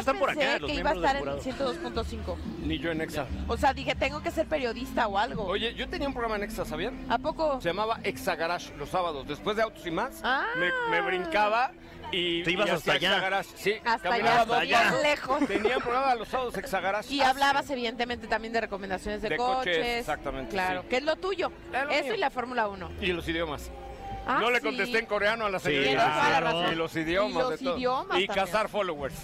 Speaker 2: pensé que iba a estar en 102.5.
Speaker 6: Ni yo en Exa.
Speaker 2: O sea, dije, tengo que ser periodista o algo.
Speaker 6: Oye, yo tenía un programa en Exa, ¿sabían?
Speaker 2: ¿A poco? Ah.
Speaker 6: Se llamaba Exa Garage los sábados. Después de Autos y Más, me, me brincaba y.
Speaker 1: Te ibas
Speaker 6: y
Speaker 1: hasta
Speaker 6: hacía
Speaker 1: allá.
Speaker 6: Exa Garage. Sí,
Speaker 2: Hasta
Speaker 6: caminaba
Speaker 2: allá,
Speaker 6: dos
Speaker 2: bien
Speaker 6: pasos.
Speaker 2: lejos.
Speaker 6: Tenía un programa los sábados Exa Garage.
Speaker 2: Y hablabas evidentemente también de recomendaciones de,
Speaker 6: ah, De coches,
Speaker 2: coches.
Speaker 6: exactamente,
Speaker 2: Claro,
Speaker 6: sí.
Speaker 2: que es lo tuyo. Eso y la Fórmula 1.
Speaker 6: Y los idiomas.
Speaker 2: Ah,
Speaker 6: no le
Speaker 2: sí.
Speaker 6: contesté en coreano a la
Speaker 2: Sí,
Speaker 6: señorita.
Speaker 2: tienes toda la razón.
Speaker 6: Y los idiomas.
Speaker 2: Y
Speaker 6: de
Speaker 2: los
Speaker 6: todo.
Speaker 2: idiomas
Speaker 6: Y
Speaker 2: también.
Speaker 6: cazar followers.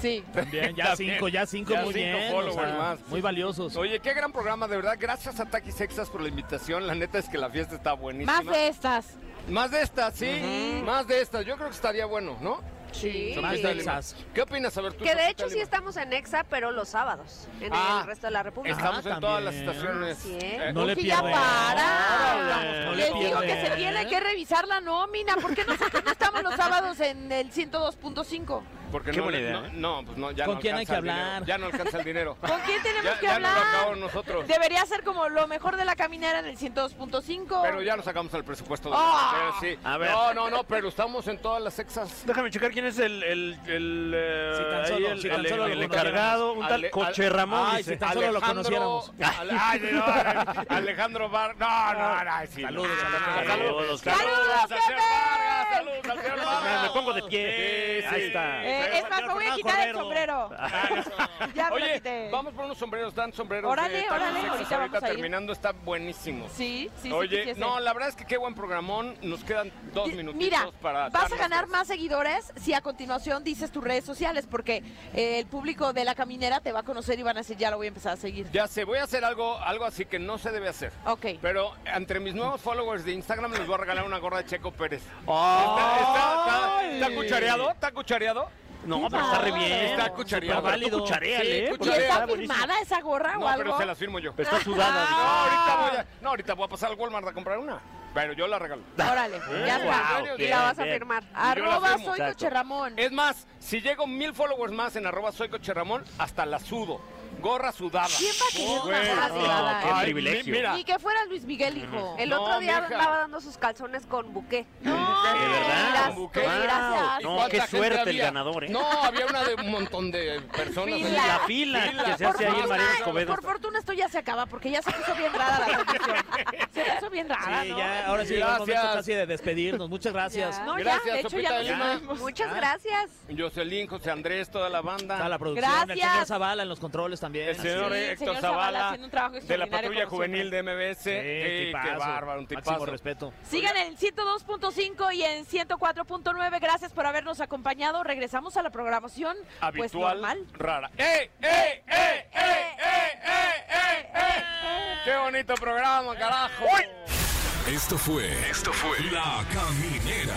Speaker 2: Sí.
Speaker 3: También, ya
Speaker 6: También.
Speaker 3: cinco, ya cinco,
Speaker 6: Ya
Speaker 3: muy
Speaker 6: cinco
Speaker 3: bien,
Speaker 6: followers
Speaker 3: o sea,
Speaker 6: más.
Speaker 3: Muy valiosos.
Speaker 6: Oye, qué gran programa, de verdad. Gracias a Taquis Extras por la invitación. La neta es que la fiesta está buenísima.
Speaker 2: Más de estas.
Speaker 6: Más de estas, sí. Más de estas. Yo creo que estaría bueno, ¿no?
Speaker 7: Sí.
Speaker 6: Se me
Speaker 7: Más
Speaker 6: está
Speaker 7: de
Speaker 6: animando. ¿Qué opinas? A ver, tú.
Speaker 7: Que de
Speaker 6: Sofía
Speaker 7: hecho sí
Speaker 6: Lima.
Speaker 7: estamos en EXA, pero los sábados, en
Speaker 6: Ah,
Speaker 7: el resto de la República.
Speaker 6: Estamos en todas
Speaker 1: Ah,
Speaker 6: las
Speaker 3: también.
Speaker 6: estaciones.
Speaker 7: Así es.
Speaker 6: Eh,
Speaker 3: No le
Speaker 6: Oye, ya
Speaker 3: pierdan.
Speaker 6: Ah, para.
Speaker 3: No le
Speaker 2: Les digo que
Speaker 3: pierdan.
Speaker 2: se tiene que revisar la nómina. ¿Por qué nosotros no estamos los sábados en el 102.5?
Speaker 6: Porque
Speaker 1: Qué
Speaker 6: no,
Speaker 1: buena
Speaker 6: le-
Speaker 1: idea,
Speaker 6: no-
Speaker 1: ¿eh?
Speaker 6: no, pues no, ya
Speaker 3: ¿Con
Speaker 6: no
Speaker 3: quién hay
Speaker 6: alcanza
Speaker 3: que
Speaker 6: el dinero.
Speaker 3: hablar?
Speaker 6: Ya no alcanza el dinero.
Speaker 2: ¿Con quién tenemos
Speaker 6: ya,
Speaker 2: que
Speaker 6: ya
Speaker 2: hablar?
Speaker 6: nos lo acabamos nosotros.
Speaker 2: Debería ser como lo mejor de la caminera en el 102.5.
Speaker 6: Pero ya nos sacamos el presupuesto. De...
Speaker 2: Ah.
Speaker 6: Pero sí.
Speaker 1: A ver.
Speaker 6: No, no, no, pero estamos en todas las exas.
Speaker 1: Déjame checar quién es el, el, el, eh,
Speaker 3: Si tan
Speaker 1: ahí
Speaker 3: solo-
Speaker 1: el-
Speaker 3: si tan
Speaker 1: el-
Speaker 3: solo lo
Speaker 1: el
Speaker 3: conociéramos.
Speaker 1: encargado, un tal
Speaker 6: Ale-
Speaker 1: Coche
Speaker 6: al-
Speaker 1: Ramón.
Speaker 3: Ay,
Speaker 1: dice.
Speaker 3: si tan solo lo conociéramos.
Speaker 6: Ale- ay, no, Ale- Alejandro Bar. No, no, no. sí.
Speaker 3: Saludos,
Speaker 6: Ah, saludos.
Speaker 1: Saludos, saludos.
Speaker 6: al señor Vargas, saludos al señor
Speaker 1: Me,
Speaker 6: Vargas.
Speaker 1: me pongo de pie.
Speaker 6: Sí,
Speaker 1: Ahí
Speaker 6: sí.
Speaker 1: está.
Speaker 2: Eh, es más, me voy a quitar el sombrero. Ya me lo
Speaker 6: Oye,
Speaker 2: quité.
Speaker 6: vamos por unos sombreros, dan sombreros.
Speaker 2: Órale,
Speaker 6: de Taco
Speaker 2: órale,
Speaker 6: Sexas.
Speaker 2: ahorita vamos a ir.
Speaker 6: terminando está buenísimo.
Speaker 2: Sí, sí, sí.
Speaker 6: Oye,
Speaker 2: quisiese.
Speaker 6: no, la verdad es que qué buen programón. Nos quedan dos
Speaker 2: Di-
Speaker 6: minutitos
Speaker 2: Mira,
Speaker 6: para.
Speaker 2: vas a
Speaker 6: darnos-
Speaker 2: ganar más seguidores si a continuación dices tus redes sociales, porque eh, el público de la caminera te va a conocer y van a decir, ya lo voy a empezar a seguir.
Speaker 6: Ya sé, voy a hacer algo, algo así que no se debe hacer.
Speaker 2: Ok.
Speaker 6: Pero entre mis nuevos followers de Instagram les voy a regalar una gorra de Checo Pérez.
Speaker 1: Ah.
Speaker 6: ¿Está, está, está cuchareado? ¿Está cuchareado?
Speaker 1: No, pero está re bien.
Speaker 6: Está cuchareado.
Speaker 1: Súper válido.
Speaker 6: Sí,
Speaker 1: Cuchareale, ¿eh?
Speaker 2: ¿Y
Speaker 6: cuchareale.
Speaker 2: está
Speaker 1: buenísimo.
Speaker 2: firmada esa gorra o
Speaker 6: No,
Speaker 2: algo? Ah.
Speaker 6: pero se las firmo yo. Ah,
Speaker 1: Pero está sudada.
Speaker 6: No,
Speaker 1: digo.
Speaker 6: ahorita voy a, no, ahorita voy a pasar al Walmart a comprar una. Pero yo la regalo.
Speaker 2: Órale, ya
Speaker 1: Wow,
Speaker 2: está.
Speaker 6: bien,
Speaker 2: y la vas a
Speaker 1: bien.
Speaker 2: firmar.
Speaker 6: yo la
Speaker 2: Arroba
Speaker 6: firmo.
Speaker 2: soy
Speaker 1: Exacto.
Speaker 2: Coche Ramón.
Speaker 6: Es más, si llego mil followers más en arroba soy coche Ramón, hasta la sudo. Gorra sudada.
Speaker 2: ¿Quién va a querer una
Speaker 6: Güey,
Speaker 2: gorra
Speaker 6: no,
Speaker 2: sudada,
Speaker 1: qué
Speaker 2: eh?
Speaker 6: ay,
Speaker 1: privilegio.
Speaker 6: mi- Mira,
Speaker 2: Ni que fuera Luis Miguel, hijo.
Speaker 7: El
Speaker 6: No,
Speaker 7: otro día
Speaker 6: mija.
Speaker 7: andaba dando sus calzones con buqué.
Speaker 2: No,
Speaker 1: ¿De verdad?
Speaker 2: Miras,
Speaker 6: Buque.
Speaker 2: gracias.
Speaker 6: ¿Y
Speaker 1: No,
Speaker 6: cuánta
Speaker 1: qué
Speaker 6: gente
Speaker 1: suerte el
Speaker 6: había?
Speaker 1: ganador, ¿eh?
Speaker 6: No, había una de un montón de personas. ahí.
Speaker 2: Fila.
Speaker 1: La fila que se
Speaker 2: Por
Speaker 1: hace ahí en
Speaker 2: fortuna,
Speaker 1: María Escobedo.
Speaker 2: por fortuna esto ya se acaba porque ya se puso bien rara la condición. Se puso bien rara,
Speaker 3: Sí,
Speaker 2: ¿no?
Speaker 3: ya, ahora sí llegó el momento
Speaker 6: Gracias.
Speaker 3: casi de despedirnos. Muchas gracias.
Speaker 2: No, ya,
Speaker 6: Gracias,
Speaker 2: de hecho
Speaker 6: Sopita
Speaker 2: ya
Speaker 6: de
Speaker 2: nos
Speaker 6: Lima.
Speaker 2: vemos.
Speaker 7: Muchas gracias.
Speaker 6: Jocelyn, José Andrés, toda la banda.
Speaker 3: Está la producción, el
Speaker 2: Gracias.
Speaker 3: señor Zavala en los controles también.
Speaker 6: El señor
Speaker 2: Sí,
Speaker 6: Héctor
Speaker 2: señor Zavala,
Speaker 6: Zavala,
Speaker 2: haciendo un trabajo
Speaker 6: de la
Speaker 2: extraordinario,
Speaker 6: patrulla
Speaker 2: como
Speaker 6: juvenil de MBS.
Speaker 3: Sí,
Speaker 6: Sí, qué
Speaker 3: tipazo.
Speaker 6: bárbaro, un
Speaker 3: Máximo
Speaker 6: tipazo.
Speaker 3: respeto.
Speaker 2: Sigan en el 102.5 y en 104.9. Gracias por habernos acompañado. Regresamos a la programación pues
Speaker 6: Habitual,
Speaker 2: normal.
Speaker 6: rara.
Speaker 1: ¡Eh,
Speaker 6: ¡Ey, ey, ey, ey, ey, ey, ey, ey! ¡Qué bonito programa, carajo!
Speaker 15: Esto fue. Esto fue. La Caminera.